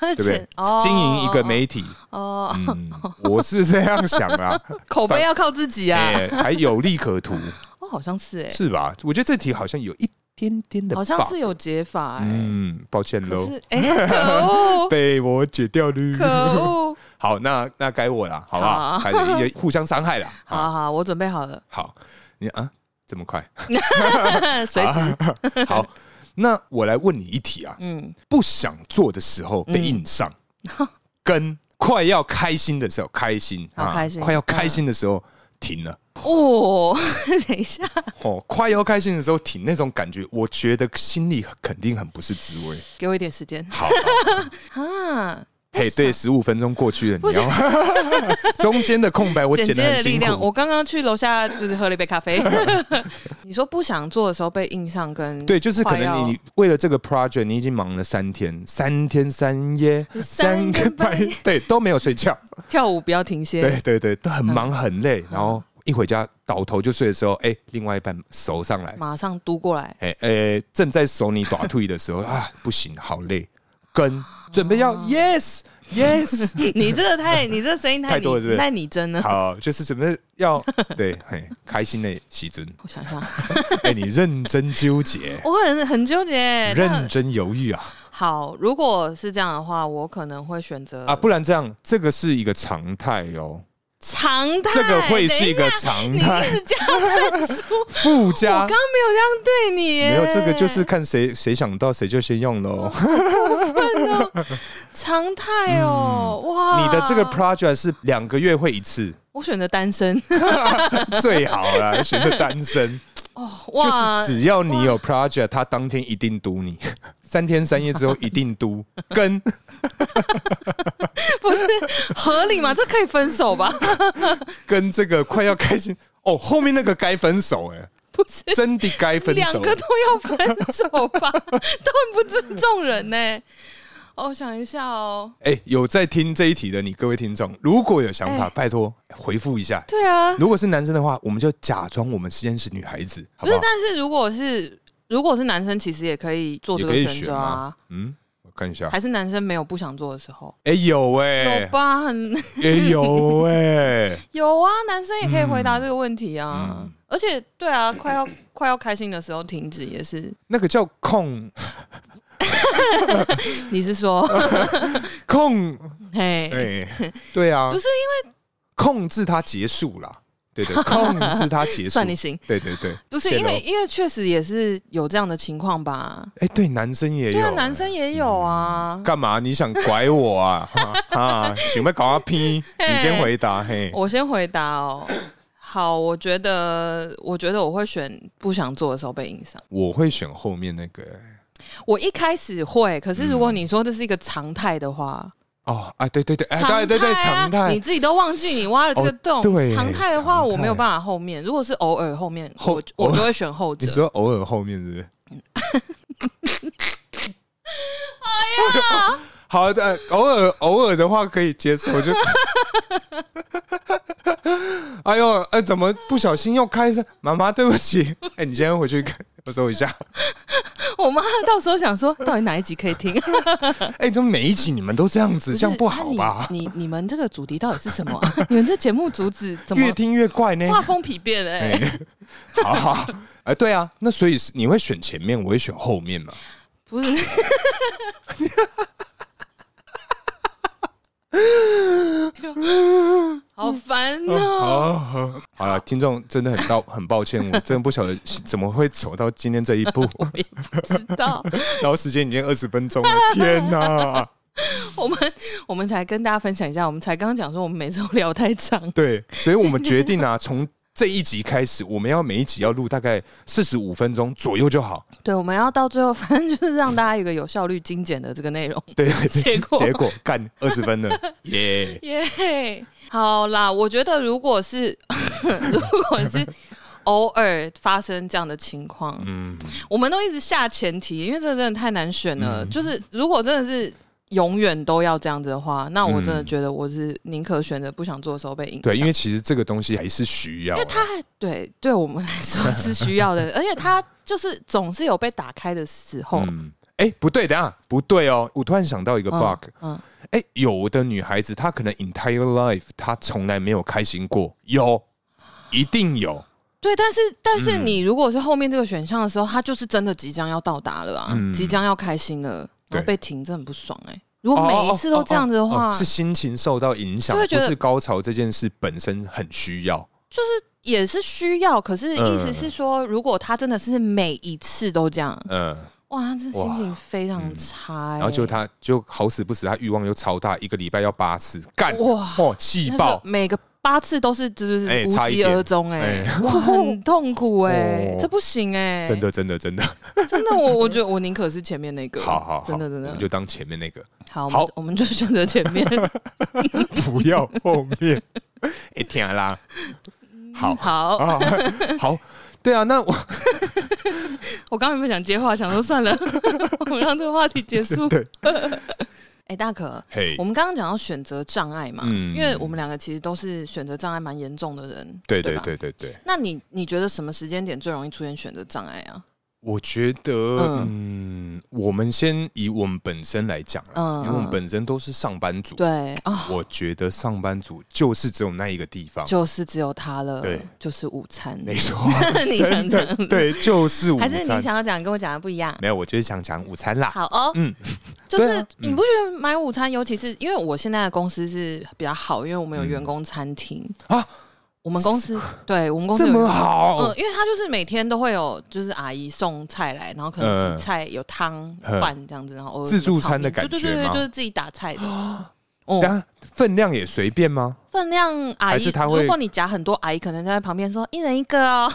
Speaker 1: 对不对？经营一个媒体，
Speaker 2: 哦，
Speaker 1: 嗯，我是这样想 啊，
Speaker 2: 口碑要靠自己啊，
Speaker 1: 哎，还有利可 图，
Speaker 2: 哦，好像是哎，
Speaker 1: 是吧？我觉得这题好像有一点点的 bug，
Speaker 2: 好像是有解法哎，
Speaker 1: 嗯，抱歉
Speaker 2: 可
Speaker 1: 喽。
Speaker 2: 是哎，可恶，
Speaker 1: 被我解掉
Speaker 2: 可
Speaker 1: 了。
Speaker 2: 恶，
Speaker 1: 好，那那该我了，好不好？
Speaker 2: 好
Speaker 1: 还也互相伤害 了。
Speaker 2: 好好，我准备好了，
Speaker 1: 好，你啊，这么快？
Speaker 2: 随
Speaker 1: 啊
Speaker 2: 时，
Speaker 1: 好，那我来问你一题啊，
Speaker 2: 嗯，
Speaker 1: 不想做的时候被硬上， 跟快要开心的时候开心啊
Speaker 2: 好开心
Speaker 1: 快要开心的时候停了，
Speaker 2: 哦， 等一下，
Speaker 1: 哦，快要开心的时候停，那种感觉，我觉得心里肯定很不是滋味。
Speaker 2: 给我一点时间
Speaker 1: 好，好
Speaker 2: 啊，
Speaker 1: 嘿，对，十五分钟过去了，你要 中间的空白我
Speaker 2: 剪
Speaker 1: 剪
Speaker 2: 接
Speaker 1: 的
Speaker 2: 的
Speaker 1: 很
Speaker 2: 力
Speaker 1: 辛
Speaker 2: 量。
Speaker 1: 苦。
Speaker 2: 我刚刚去楼下就是喝了一杯 咖啡。你说不想做的时候被印象跟
Speaker 1: 对，就是可
Speaker 2: 快要
Speaker 1: 能你你为了这个 project，你已经忙了三天，三天三夜，
Speaker 2: 三个半夜，
Speaker 1: 对，都没有睡觉，
Speaker 2: 跳舞不要停歇，
Speaker 1: 对对对，都
Speaker 2: 嗯
Speaker 1: 很忙很累，然后一回家倒头就睡的时候，哎，另外一半手上来，
Speaker 2: 马上嘟过来。
Speaker 1: 哎哎，正在手你打退的 时候啊，不行，好累，跟准备
Speaker 2: 哦
Speaker 1: 要 yes yes，
Speaker 2: 你这个太，你这个声音太
Speaker 1: 太多了是不是
Speaker 2: 太拟真了。
Speaker 1: 好，就是准备要对，嘿，开心的喜尊，
Speaker 2: 我想想，
Speaker 1: 哎，你认真纠结，
Speaker 2: 我很很纠结。
Speaker 1: 认
Speaker 2: 那
Speaker 1: 真犹豫啊
Speaker 2: 好，如果是这样的话，我可能会选择
Speaker 1: 啊，不然这样，这个是一个常态哦。
Speaker 2: 常态。
Speaker 1: 这个会是一
Speaker 2: 等
Speaker 1: 个常
Speaker 2: 一下。你
Speaker 1: 态
Speaker 2: 一直叫 他输，我
Speaker 1: 附加
Speaker 2: 刚刚没。有这样对你耶。
Speaker 1: 没有，这个就是看谁谁想到谁就先用喽。
Speaker 2: 常态哦，哇！
Speaker 1: 嗯你的这个 project 是两个月会一 次，
Speaker 2: 我选择单 身
Speaker 1: 最好啦，选择单身，
Speaker 2: 哦，
Speaker 1: 就
Speaker 2: 哇
Speaker 1: 是！只要你有 project，他当天一定督你， 三天三夜之后一定督。跟
Speaker 2: 不是合理吗？这可以分手吧？
Speaker 1: 跟这个快要开心哦，后面那个该分手哎，
Speaker 2: 不是，
Speaker 1: 真的该分
Speaker 2: 两
Speaker 1: 手。
Speaker 2: 个都要分手吧？ 都很不尊重人呢、哦，我想一下哦，
Speaker 1: 哎，有在听这一题的你各位听众，如果有想法，
Speaker 2: 哎
Speaker 1: 拜托回复一下。
Speaker 2: 对啊，
Speaker 1: 如果是男生的话，我们就假装我们之间是女孩子，好
Speaker 2: 不是
Speaker 1: 好？，
Speaker 2: 但是如果是如果是男生，其实也可以做这
Speaker 1: 也
Speaker 2: 个
Speaker 1: 可以
Speaker 2: 选择
Speaker 1: 选
Speaker 2: 啊
Speaker 1: 吗。嗯，我看一下。
Speaker 2: 还是男生没有不想做的时候，
Speaker 1: 哎、有哎、
Speaker 2: 有吧？很
Speaker 1: 哎、有哎、
Speaker 2: 有啊，男生也可以回答这个问题啊。
Speaker 1: 嗯
Speaker 2: 而且，对啊，快要快要开心的时候停止也是。
Speaker 1: 那个叫控
Speaker 2: 你 是说，
Speaker 1: 控，
Speaker 2: 嘿，
Speaker 1: 哎、对啊，
Speaker 2: 不是
Speaker 1: 因为控制它结束啦，对对，控制它结束，
Speaker 2: 算你行。
Speaker 1: 对对对，
Speaker 2: 不是
Speaker 1: 谢
Speaker 2: 因为
Speaker 1: 咯
Speaker 2: 因为确实也是有这样的情况吧？
Speaker 1: 哎、对，男生也有、嗯
Speaker 2: 对啊，男生也有啊。
Speaker 1: 干嘛？你想拐我啊？ 啊，想要搞阿拼？
Speaker 2: 嘿
Speaker 1: 你先回答，嘿，
Speaker 2: 嗯我先回答哦。好，我觉得，我觉得我会选不想做的时候被影响。
Speaker 1: 我会选后面那个、哎
Speaker 2: 我一开始会，可是
Speaker 1: 嗯
Speaker 2: 如果你说这是一个常态的话，
Speaker 1: 哦，哎，对对对，哎，
Speaker 2: 常态、啊、
Speaker 1: 对对对，常态
Speaker 2: 你。自己都忘记你挖了这个洞。
Speaker 1: 哦对
Speaker 2: 常态的话，
Speaker 1: 常态
Speaker 2: 我没有办法后面。如果是偶尔后面，
Speaker 1: 后
Speaker 2: 我我就会选后
Speaker 1: 你
Speaker 2: 者。
Speaker 1: 说偶尔后面是不是？哎呀， 好的，偶尔偶尔的话可以接受， 就。哎呦，呃，怎么不小心又开车？妈妈，对不起。 哎、你先回去看，我搜一下。
Speaker 2: 我妈到时候想说，到底哪一集可 以听？
Speaker 1: 哎、怎么每一集你们都这样子，
Speaker 2: 是
Speaker 1: 这样不好
Speaker 2: 啊
Speaker 1: 吧？
Speaker 2: 你你你们这个主题到底是什么啊？ 你们这节目主旨怎 么
Speaker 1: 越听越怪呢。
Speaker 2: 画风疲变了、欸？
Speaker 1: 哎，好好，哎，对啊，那所以是你会选前面，我会选后面嘛？
Speaker 2: 不是， 好烦哦、
Speaker 1: 好好好了，听众真的很道很抱 歉，我真的不晓得怎么会走到今天这一步，
Speaker 2: 我也不知道，
Speaker 1: 然后时间已经二十分 钟了，天哪！
Speaker 2: 我们我们才跟大家分享一下，我们才刚刚讲说，我们每次都聊太长，
Speaker 1: 对，所以我们决定啊，从这一集开始，我们要每一集要录大概四十五分钟左右就好。
Speaker 2: 对，我们要到最后， 反正就是让大家有一个有效率、精简的这个内容。
Speaker 1: 对，对对
Speaker 2: 结果
Speaker 1: 结果干二十分了，耶！
Speaker 2: 耶、好啦，我觉得如果是 如果是偶尔发生这样的情况，
Speaker 1: 嗯，
Speaker 2: 我们都一直下前提，因为这个真的太难选
Speaker 1: 嗯
Speaker 2: 了。就是如果真的是永远都要这样子的话，那我真的
Speaker 1: 嗯
Speaker 2: 觉得我是宁可选择不想做的时候被影响。
Speaker 1: 对，因
Speaker 2: 为
Speaker 1: 为其实这个东西还是需要啊，
Speaker 2: 它对对我们来说是需 要的，而且它就是总是有被打开的时候。
Speaker 1: 嗯，哎、不对，等一下不对哦，我突然想到一个
Speaker 2: 哦嗯
Speaker 1: bug，
Speaker 2: 嗯
Speaker 1: 哎、有的女孩子她可能 entire life 她从来没有开心过，有，一定有，
Speaker 2: 对，但是但是
Speaker 1: 嗯
Speaker 2: 你如果是后面这个选项的时候，它就是真的即将要到达了啊，
Speaker 1: 嗯
Speaker 2: 即将要开心了，然
Speaker 1: 对
Speaker 2: 后被停，真的很不爽哎、如果每一次都这样子的
Speaker 1: 哦哦
Speaker 2: 话，
Speaker 1: 哦哦是心情受到影响，
Speaker 2: 就会觉
Speaker 1: 不
Speaker 2: 得
Speaker 1: 是高潮这件事本身很需要，
Speaker 2: 也是需要。可是意思
Speaker 1: 嗯
Speaker 2: 是说，如果他真的是每一次都这样，
Speaker 1: 嗯，
Speaker 2: 哇，他这心
Speaker 1: 哇嗯
Speaker 2: 情非常差、欸
Speaker 1: 然后就她就好死不死，她欲望又超大，一个礼拜要八次，干，
Speaker 2: 哇
Speaker 1: 哦，气
Speaker 2: 那
Speaker 1: 爆
Speaker 2: 个，每个八次都是就是
Speaker 1: 哎
Speaker 2: 无
Speaker 1: 差一
Speaker 2: 疾
Speaker 1: 点
Speaker 2: 而终、哎、哇， 很痛苦哎、
Speaker 1: 哦
Speaker 2: 这不行哎、
Speaker 1: 真的真的真的，
Speaker 2: 真的，我我觉得我宁可是前面那个，
Speaker 1: 好好好，
Speaker 2: 真的真
Speaker 1: 我
Speaker 2: 的
Speaker 1: 们就当前面那个，
Speaker 2: 好，我
Speaker 1: 好
Speaker 2: 们我们就选择前面，
Speaker 1: 不要后面， 哎、天啊啦，好。
Speaker 2: 好。
Speaker 1: 啊，好，对啊，那我
Speaker 2: 我刚原本想接话，想说算了，我们让这个话题结 束。
Speaker 1: 对，
Speaker 2: 哎、大可，
Speaker 1: 嘿
Speaker 2: 我，们刚刚讲到选择障碍嘛，
Speaker 1: 嗯
Speaker 2: 因为我们两个其实都是选择障碍蛮严重的人，
Speaker 1: 对
Speaker 2: 对
Speaker 1: 对
Speaker 2: 吧
Speaker 1: 对对对，
Speaker 2: 那你你觉得什么时间点最容易出现选择障碍啊？
Speaker 1: 我觉得，嗯，我们先以我们本身来讲
Speaker 2: 嗯
Speaker 1: 啦，因为我们本身都是上班族，
Speaker 2: 对啊、
Speaker 1: 我觉得上班族就是只有那一个地方，
Speaker 2: 就是只有他了，
Speaker 1: 对，
Speaker 2: 就是午餐。
Speaker 1: 没错，
Speaker 2: 你想
Speaker 1: 真的
Speaker 2: 讲
Speaker 1: 对，就是午
Speaker 2: 还是你
Speaker 1: 餐，
Speaker 2: 想要讲跟我讲的不一样？
Speaker 1: 没有，我就是想讲午餐啦，
Speaker 2: 好哦，
Speaker 1: 嗯，
Speaker 2: 就是、
Speaker 1: 对啊
Speaker 2: 你不觉得买午餐，尤其是因为我现在的公司是比较好，因为我们有员工餐厅、
Speaker 1: 啊，
Speaker 2: 我们公司对我们公司
Speaker 1: 这
Speaker 2: 有员
Speaker 1: 么
Speaker 2: 工嗯
Speaker 1: 好，，
Speaker 2: 因为他就是每天都会有，就是阿姨送菜来，然后可能
Speaker 1: 嗯
Speaker 2: 几菜有汤
Speaker 1: 嗯
Speaker 2: 饭这样子，然后偶尔
Speaker 1: 自助
Speaker 2: 有炒面
Speaker 1: 餐的感
Speaker 2: 对对对
Speaker 1: 觉
Speaker 2: 对，
Speaker 1: 吗
Speaker 2: 就是自己打 菜的。哦，
Speaker 1: 然后分量也随便吗？
Speaker 2: 分量阿
Speaker 1: 还
Speaker 2: 姨
Speaker 1: 是，他会
Speaker 2: 如果你夹很多，阿姨可能在旁边说一人一个哦，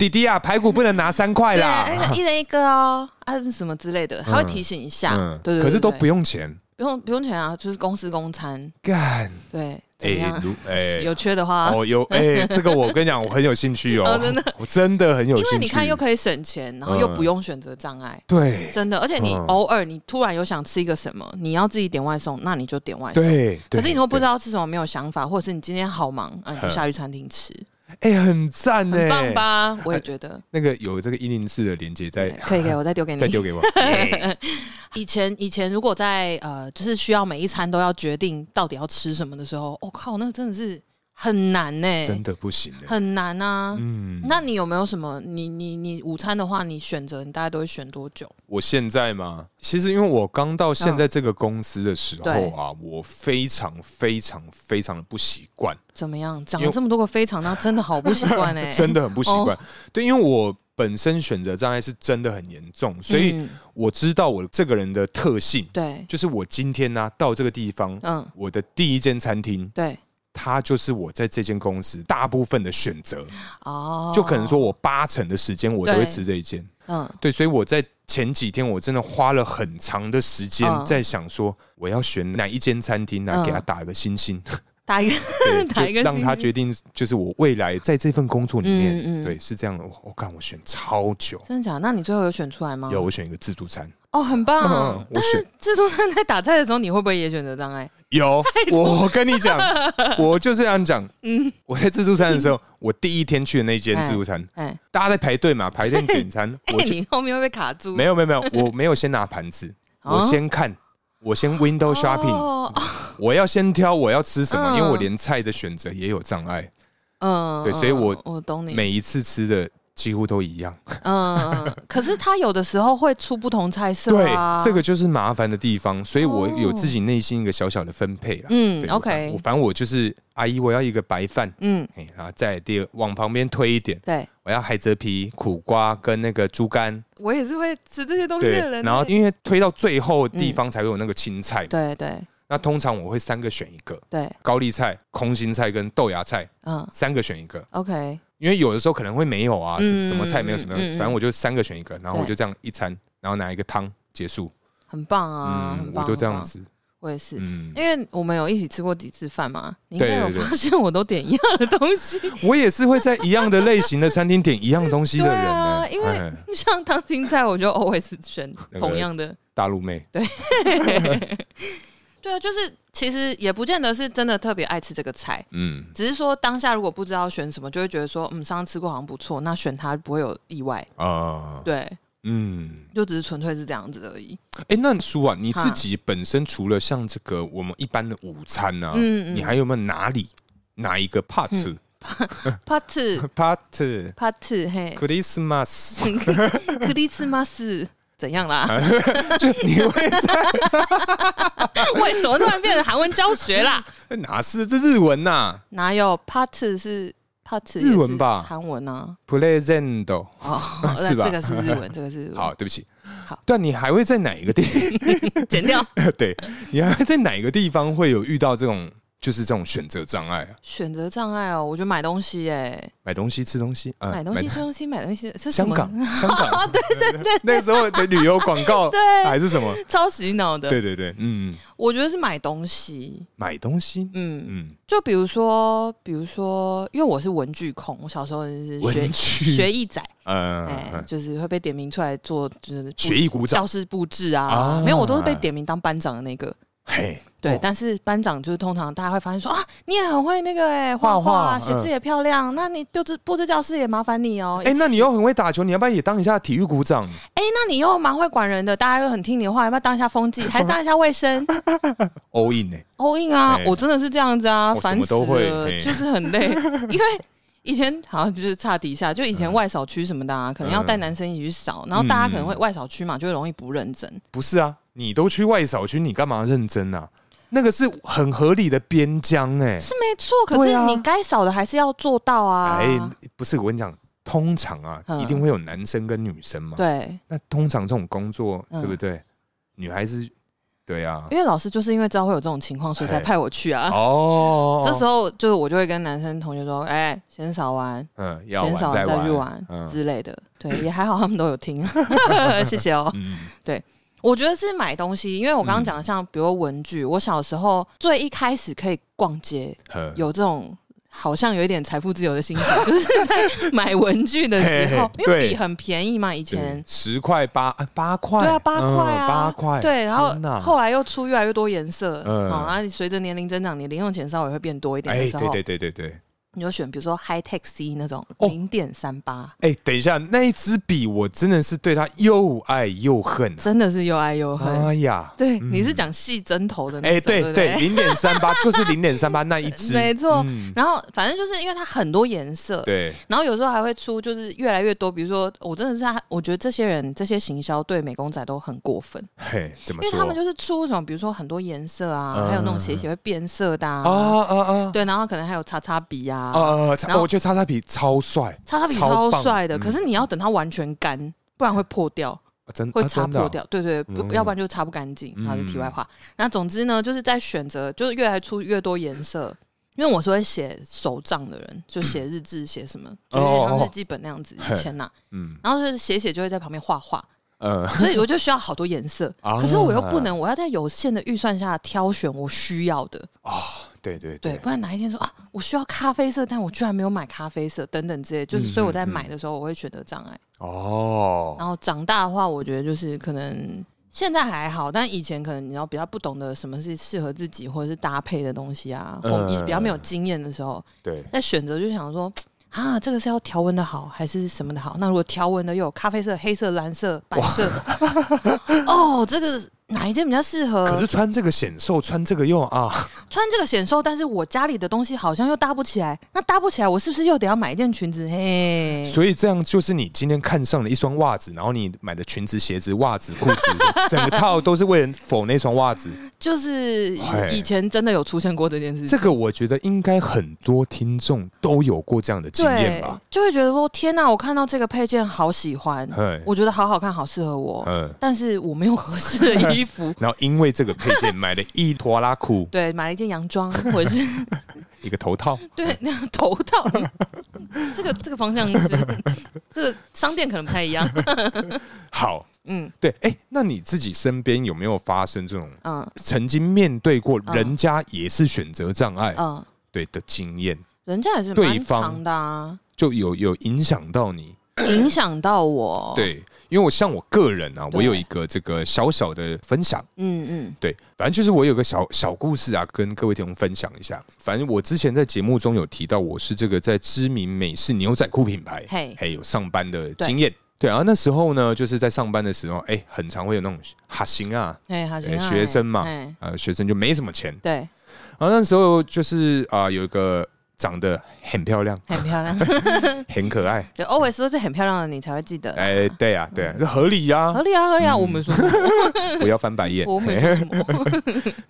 Speaker 1: 弟弟啊，排骨不能拿三块
Speaker 2: 对，
Speaker 1: 啦，
Speaker 2: 哎一人一个哦，啊什么之类的，他会提醒一下。啊对对对，
Speaker 1: 嗯可是都
Speaker 2: 对
Speaker 1: 不用钱，
Speaker 2: 不用不用钱啊，就是公司公餐，
Speaker 1: 干，
Speaker 2: 对，怎么
Speaker 1: 哎
Speaker 2: 样？，
Speaker 1: 如哎，
Speaker 2: 有缺的话，
Speaker 1: 哦，有哎、这个我跟你讲，我很有兴趣哦，
Speaker 2: 啊哦真
Speaker 1: 的， 我真的很有
Speaker 2: 因
Speaker 1: 兴趣。
Speaker 2: 为你看又可以省钱，然后又
Speaker 1: 嗯
Speaker 2: 不用选择障碍。
Speaker 1: 对
Speaker 2: 真的，而且你
Speaker 1: 嗯
Speaker 2: 偶尔你突然有想吃一个什么，你要自己点外送，那你就点外送。
Speaker 1: 对，
Speaker 2: 可是你
Speaker 1: 都
Speaker 2: 都不知道吃什么，没有想法，或者是你今天好忙，啊，你就
Speaker 1: 嗯
Speaker 2: 下去餐厅 吃，
Speaker 1: 哎、很赞呢、
Speaker 2: 很棒？吧？我也觉得，
Speaker 1: 那个有这个一零四的连接在，
Speaker 2: 可以，可以，我再丢给
Speaker 1: 再
Speaker 2: 你。
Speaker 1: 丢 给我。耶
Speaker 2: 以前以前如果在呃，就是需要每一餐都要决定到底要吃什么的时候，我、靠，那个真的是很难呢、
Speaker 1: 真的不行的、
Speaker 2: 很难啊。
Speaker 1: 嗯，
Speaker 2: 那你有没有什么？你你你午餐的话，你选择你大概都会选多久？
Speaker 1: 我现在嘛，其实因为我刚到
Speaker 2: 嗯
Speaker 1: 现在这个公司的时候啊，我非常非常非常的不习惯，
Speaker 2: 怎么样？讲
Speaker 1: 因
Speaker 2: 了
Speaker 1: 为。
Speaker 2: 这么多个非常，那真的好不习惯哎
Speaker 1: 真的很不习惯。对，因为我本身选择障碍是真的很严重，所以
Speaker 2: 嗯
Speaker 1: 我知道我这个人的特性，
Speaker 2: 对，
Speaker 1: 啊就是我今天呢、到这个地方，
Speaker 2: 嗯，
Speaker 1: 我的第一间餐厅
Speaker 2: 对，
Speaker 1: 它就是我在这间公司大部分的选择，
Speaker 2: 哦，
Speaker 1: 就可能说，我八成的时间我都会吃这一间。
Speaker 2: 嗯，
Speaker 1: 对，所以我在前几天我真的花了很长的时间
Speaker 2: 嗯
Speaker 1: 在想说，我要选哪一间餐厅来
Speaker 2: 嗯
Speaker 1: 给他打个星 星，
Speaker 2: 打一个，
Speaker 1: 对
Speaker 2: 打一个
Speaker 1: 就让他
Speaker 2: 星星
Speaker 1: 决定，就是我未来在这份工作里面，
Speaker 2: 嗯嗯
Speaker 1: 对，是这样的。我我看我选超久，
Speaker 2: 真的假的？那你最后有选出来吗？
Speaker 1: 有我选一个自助餐，
Speaker 2: 哦，很棒。
Speaker 1: 嗯我
Speaker 2: 但
Speaker 1: 选
Speaker 2: 是自助餐在打菜的时候，你会不会也选择障碍？
Speaker 1: 有，我跟你 讲，我就是这样讲。我在自助餐的时候，我第一天去的那间自助餐，
Speaker 2: 嗯哎，
Speaker 1: 大家在排队嘛，排队点 餐，
Speaker 2: 哎
Speaker 1: 我，就
Speaker 2: 你后面会被卡住。
Speaker 1: 没有没有没有，我没有先拿盘子，
Speaker 2: 哦
Speaker 1: 我先看，我先 window shopping，
Speaker 2: 哦
Speaker 1: 我要先挑我要吃什么，
Speaker 2: 嗯
Speaker 1: 因为我连菜的选择也有障碍，
Speaker 2: 嗯，
Speaker 1: 对所以我
Speaker 2: 嗯我懂你。
Speaker 1: 每一次吃的几乎都一样。
Speaker 2: 嗯，嗯可是他有的时候会出不同菜色
Speaker 1: 对
Speaker 2: 啊。，
Speaker 1: 这个就是麻烦的地方，所以我
Speaker 2: 哦
Speaker 1: 有自己内心一个小小的分配啦。
Speaker 2: 嗯
Speaker 1: 对我反
Speaker 2: ，OK，
Speaker 1: 我反正我就是阿姨，我要一个白饭，
Speaker 2: 嗯，
Speaker 1: 哎，然后再来第二往旁边推一点，
Speaker 2: 对，
Speaker 1: 我要海蜇皮、苦瓜跟那个猪肝，
Speaker 2: 我也是会吃这些东西
Speaker 1: 对
Speaker 2: 的人，欸。
Speaker 1: 然后因为推到最后的地方才会有那个青菜嘛，
Speaker 2: 对对
Speaker 1: 那通常我会三个选一个，
Speaker 2: 对，
Speaker 1: 高丽菜、空心菜跟豆芽菜
Speaker 2: 嗯
Speaker 1: 三个选一个，
Speaker 2: ，OK，
Speaker 1: 因为有的时候可能会没有啊，
Speaker 2: 嗯
Speaker 1: 什什么菜没有
Speaker 2: 嗯
Speaker 1: 什么，
Speaker 2: 嗯嗯
Speaker 1: 反正我就三个选一个，然后我
Speaker 2: 对
Speaker 1: 就这样一餐，然后拿一个汤结束，
Speaker 2: 很棒啊，很
Speaker 1: 嗯我
Speaker 2: 棒
Speaker 1: 就这
Speaker 2: 很
Speaker 1: 样
Speaker 2: 棒
Speaker 1: 子，
Speaker 2: 我也是。
Speaker 1: 嗯，
Speaker 2: 因为我们有一起吃过几次饭嘛，你应该有
Speaker 1: 对对对
Speaker 2: 发现我都点一样的东西，
Speaker 1: 我也是会在一样的类型的餐厅点一样东西的人
Speaker 2: 对啊
Speaker 1: 呢，
Speaker 2: 因为
Speaker 1: 哎
Speaker 2: 像烫青菜，我就 always 选
Speaker 1: 那个
Speaker 2: 同样的。
Speaker 1: 大陆妹，
Speaker 2: 对啊，就是其实也不见得是真的特别爱吃这个菜，
Speaker 1: 嗯，
Speaker 2: 只是说当下如果不知道选什么，就会觉得说，嗯，上次吃过好像不错，那选它不会有意外。
Speaker 1: 啊，
Speaker 2: 对，
Speaker 1: 嗯。
Speaker 2: 就只是纯粹是这样子而已。
Speaker 1: 哎、那叔啊，你
Speaker 2: 哈
Speaker 1: 自己本身除了像这个我们一般的午餐呢、啊，
Speaker 2: 嗯嗯嗯
Speaker 1: 你还有没有哪里哪一个 part、
Speaker 2: Part
Speaker 1: part
Speaker 2: Part 嘿
Speaker 1: Christmas？
Speaker 2: ，Christmas 怎样啦？
Speaker 1: 哎就你会在
Speaker 2: 为什么突然变成韩文教学啦？
Speaker 1: 哪是这日文呐、啊、
Speaker 2: 哪有 Part 是 Part
Speaker 1: 日文吧
Speaker 2: 也是韩文啊。
Speaker 1: ？Present
Speaker 2: 哦，
Speaker 1: 是吧
Speaker 2: 那这个是日文，这个是日文
Speaker 1: 好，对不起
Speaker 2: 好。
Speaker 1: 对啊，你还会在哪一个地？
Speaker 2: 剪掉
Speaker 1: 对，你还会在哪一个地方会有遇到这种就是这种选择障碍啊？
Speaker 2: 选择障碍哦。我觉得买东西哎，
Speaker 1: 买东西、吃东西啊，
Speaker 2: 买东西吃东西，买东西是什
Speaker 1: 香
Speaker 2: 么哦
Speaker 1: 港，香港，对对对， 那个时候的旅游广告
Speaker 2: 对
Speaker 1: 还是什么？
Speaker 2: 超洗脑的。
Speaker 1: 对对对，嗯，
Speaker 2: 我觉得是买东西，
Speaker 1: 买东西，
Speaker 2: 嗯，
Speaker 1: 嗯，
Speaker 2: 就比如说，比如说，因为我是文具控，我小时候就是学
Speaker 1: 文具
Speaker 2: 学艺仔，哎、
Speaker 1: 呃，
Speaker 2: 就是会被点名出来做就是
Speaker 1: 学艺鼓掌
Speaker 2: 教，室布置啊，
Speaker 1: 啊
Speaker 2: 没有，我都是被点名当班长的那个。
Speaker 1: 嘿，
Speaker 2: 对，
Speaker 1: 哦
Speaker 2: 但是班长就是通常大家会发现说啊，你也很会那个哎、画
Speaker 1: 画画
Speaker 2: 画写字
Speaker 1: 嗯
Speaker 2: 也漂亮，那你布置布置教室也麻烦你哦。
Speaker 1: 哎，那你又很会打球，你要不要也当一下体育鼓掌？
Speaker 2: 哎、那你又蛮会管人的，大家又很听你的话，要不要当一下 风纪，还是当一下卫生
Speaker 1: all in 呢、
Speaker 2: ？all in 啊
Speaker 1: 哎，
Speaker 2: 我真的是这样子啊，
Speaker 1: 我什
Speaker 2: 烦
Speaker 1: 么
Speaker 2: 死
Speaker 1: 都会
Speaker 2: 了，
Speaker 1: 哎
Speaker 2: 就是很累，因为。以前好像就是差底下，就以前
Speaker 1: 嗯
Speaker 2: 外扫区什么的、啊，可能要带男生一起去扫，然后大家可能
Speaker 1: 嗯
Speaker 2: 会外扫区嘛，就会容易不认真。
Speaker 1: 不是啊，你都去外扫区，你干嘛认真啊？那个是很合理的边疆哎、
Speaker 2: 是没错，可
Speaker 1: 对
Speaker 2: 是
Speaker 1: 啊
Speaker 2: 你该扫的还是要做到啊。
Speaker 1: 哎、不是我跟你讲，通常啊，
Speaker 2: 嗯
Speaker 1: 一定会有男生跟女生嘛。，
Speaker 2: 对，
Speaker 1: 那通常这种工作，
Speaker 2: 嗯
Speaker 1: 对不对？女孩子，对啊。
Speaker 2: 因为老师就是因为知道会有这种情况，所以才派我去啊。
Speaker 1: 哎哦，
Speaker 2: 这时候就是我就会跟男生同学说：“哎、先扫完，
Speaker 1: 嗯，要
Speaker 2: 先
Speaker 1: 玩
Speaker 2: 扫完再
Speaker 1: 玩
Speaker 2: 去玩、
Speaker 1: 嗯
Speaker 2: 之类的。”对，也还好他们都有听， 谢谢哦。
Speaker 1: 嗯，
Speaker 2: 我觉得是买东西，因为我刚刚讲的像比如文具，我小时候最一开始可以逛街，
Speaker 1: 呵
Speaker 2: 有这种。好像有一点财富自由的 心情，就是在买文具的时候
Speaker 1: 嘿，嘿
Speaker 2: 因为
Speaker 1: 对
Speaker 2: 笔很便宜嘛，以前
Speaker 1: 对十块八啊八块，
Speaker 2: 对啊，八
Speaker 1: 嗯
Speaker 2: 块啊，
Speaker 1: 八块，
Speaker 2: 对，然后
Speaker 1: 天哪
Speaker 2: 后来又出越来越多颜色，
Speaker 1: 嗯
Speaker 2: 嗯，然后你随着年龄增长，你零用钱稍微会变多一点的
Speaker 1: 哎，
Speaker 2: 时候，
Speaker 1: 对对对对对，
Speaker 2: 你就选比如说 High Tech C 那种
Speaker 1: 哦
Speaker 2: 零点三八，
Speaker 1: 哎，等一下，那一支笔我真的是对它又爱又恨，啊
Speaker 2: 真的是又爱又恨。
Speaker 1: 哎呀，
Speaker 2: 对，
Speaker 1: 嗯
Speaker 2: 你是讲细针头的那种，
Speaker 1: 哎，
Speaker 2: 对
Speaker 1: 对
Speaker 2: 不
Speaker 1: 对，零点三 八就是零点三八那一支，
Speaker 2: 没错
Speaker 1: 嗯
Speaker 2: 然后反正就是因为它很多颜色，
Speaker 1: 对，
Speaker 2: 然后有时候还会出就是越来越多，比如说我真的是他，我觉得这些人这些行销对美工仔都很过分，
Speaker 1: 嘿，怎么
Speaker 2: 因为
Speaker 1: 说？
Speaker 2: 他们就是出什么，比如说很多颜色啊，
Speaker 1: 嗯
Speaker 2: 还有那种写一写会变色的啊，
Speaker 1: 啊啊啊
Speaker 2: 对，然后可能还有擦擦笔啊，
Speaker 1: 啊啊！
Speaker 2: 然
Speaker 1: 啊！
Speaker 2: 后
Speaker 1: 我觉得叉叉笔超帅，
Speaker 2: 擦擦笔
Speaker 1: 超
Speaker 2: 超
Speaker 1: 棒
Speaker 2: 帅的，
Speaker 1: 嗯
Speaker 2: 可是你要等它完全干，不然会破掉，
Speaker 1: 啊真
Speaker 2: 会
Speaker 1: 啊
Speaker 2: 擦
Speaker 1: 真的啊
Speaker 2: 破掉。对对，不
Speaker 1: 嗯
Speaker 2: 要不然就擦不干净。
Speaker 1: 嗯
Speaker 2: 那是题外话。那总之呢，就是在选择，就是越来出越多颜色，因为我是会写手账的人，就写日志、写什么，
Speaker 1: 哦
Speaker 2: 就是
Speaker 1: 哦
Speaker 2: 像日记本那样子。
Speaker 1: 嘿
Speaker 2: 以前呐、
Speaker 1: 嗯
Speaker 2: 然后就是写写就会在旁边画画，
Speaker 1: 呃，
Speaker 2: 所以我就需要好多颜色。
Speaker 1: 啊
Speaker 2: 可是我又不能，我要在有限的预算下挑选我需要的，
Speaker 1: 对对
Speaker 2: 对，
Speaker 1: 对，
Speaker 2: 不然哪一天说啊，我需要咖啡色，但我居然没有买咖啡色，等等之类，就是
Speaker 1: 嗯
Speaker 2: 所以我
Speaker 1: 嗯
Speaker 2: 在
Speaker 1: 嗯
Speaker 2: 买的时候我会选择障碍。
Speaker 1: 哦，
Speaker 2: 然后长大的话，我觉得就是可能现在还好，但以前可能你要比较不懂得什么是适合自己或者是搭配的东西啊，
Speaker 1: 嗯
Speaker 2: 或比比较没有经验的时候，
Speaker 1: 对，
Speaker 2: 在选择就想说。啊，这个是要条纹的好还是什么的好？那如果条纹的又有咖啡色、黑色、蓝色、白 色，哦，这个哪一件比较适合？
Speaker 1: 可是穿这个显瘦，穿这个又啊，
Speaker 2: 穿这个显瘦，但是我家里的东西好像又搭不起来。那搭不起来，我是不是又得要买一件裙子？嘿，
Speaker 1: 所以这样就是你今天看上了一双袜子，然后你买的裙子、鞋子、袜子、裤 子，整个套都是为了否那双袜子。
Speaker 2: 嗯就是
Speaker 1: 哎
Speaker 2: 以前真的有出现过这件事情。
Speaker 1: 这个我觉得应该很多听众都有过这样的经验
Speaker 2: 对
Speaker 1: 吧？，
Speaker 2: 就会觉得说天哪，我看到这个配件好喜欢，
Speaker 1: 嘿，
Speaker 2: 我觉得好好看，好适合我，
Speaker 1: 嗯，。
Speaker 2: 但是我没有合适的衣服
Speaker 1: 然后因为这个配件买了一拖拉裤，
Speaker 2: 对，买了一件洋装，或 者是
Speaker 1: 一个头 套，
Speaker 2: 对那个头套，这个这个方向是， 这个商店可能不太一样。
Speaker 1: 好。
Speaker 2: 嗯
Speaker 1: 对，哎、那你自己身边有没有发生这种
Speaker 2: 嗯
Speaker 1: 曾经面对过
Speaker 2: 嗯
Speaker 1: 人家也是选择障碍、
Speaker 2: 嗯，
Speaker 1: 对的经验，
Speaker 2: 人家也是
Speaker 1: 对
Speaker 2: 蛮
Speaker 1: 方
Speaker 2: 长的啊，
Speaker 1: 就有有影响到你？
Speaker 2: 影响到我。，
Speaker 1: 对，因为我像我个人啊，
Speaker 2: 啊对
Speaker 1: 我有一个这个小小的分享。
Speaker 2: 嗯嗯
Speaker 1: 对，反正就是我有个小小故事啊，跟各位听众分享一下。反正我之前在节目中有提到，我是这个在知名美式牛仔裤品牌，
Speaker 2: 嘿
Speaker 1: 嘿，有上班的经验。对啊，那时候呢，就是在上班的时候，哎、很常会有那种哈行啊，
Speaker 2: 哎，好像
Speaker 1: 哎学生嘛
Speaker 2: 哎
Speaker 1: 呃，学生就没什么钱。
Speaker 2: 对，
Speaker 1: 然后那时候就是啊、有一个长得很漂亮、
Speaker 2: 很 漂亮，
Speaker 1: 很可爱，
Speaker 2: 对，always 都是很漂亮的，你才会记得。
Speaker 1: 哎、对啊，对啊，这合理呀、
Speaker 2: 嗯 合理啊，合理啊，
Speaker 1: 嗯
Speaker 2: 我没说什 么，
Speaker 1: 不要翻白眼。
Speaker 2: 我没说什么。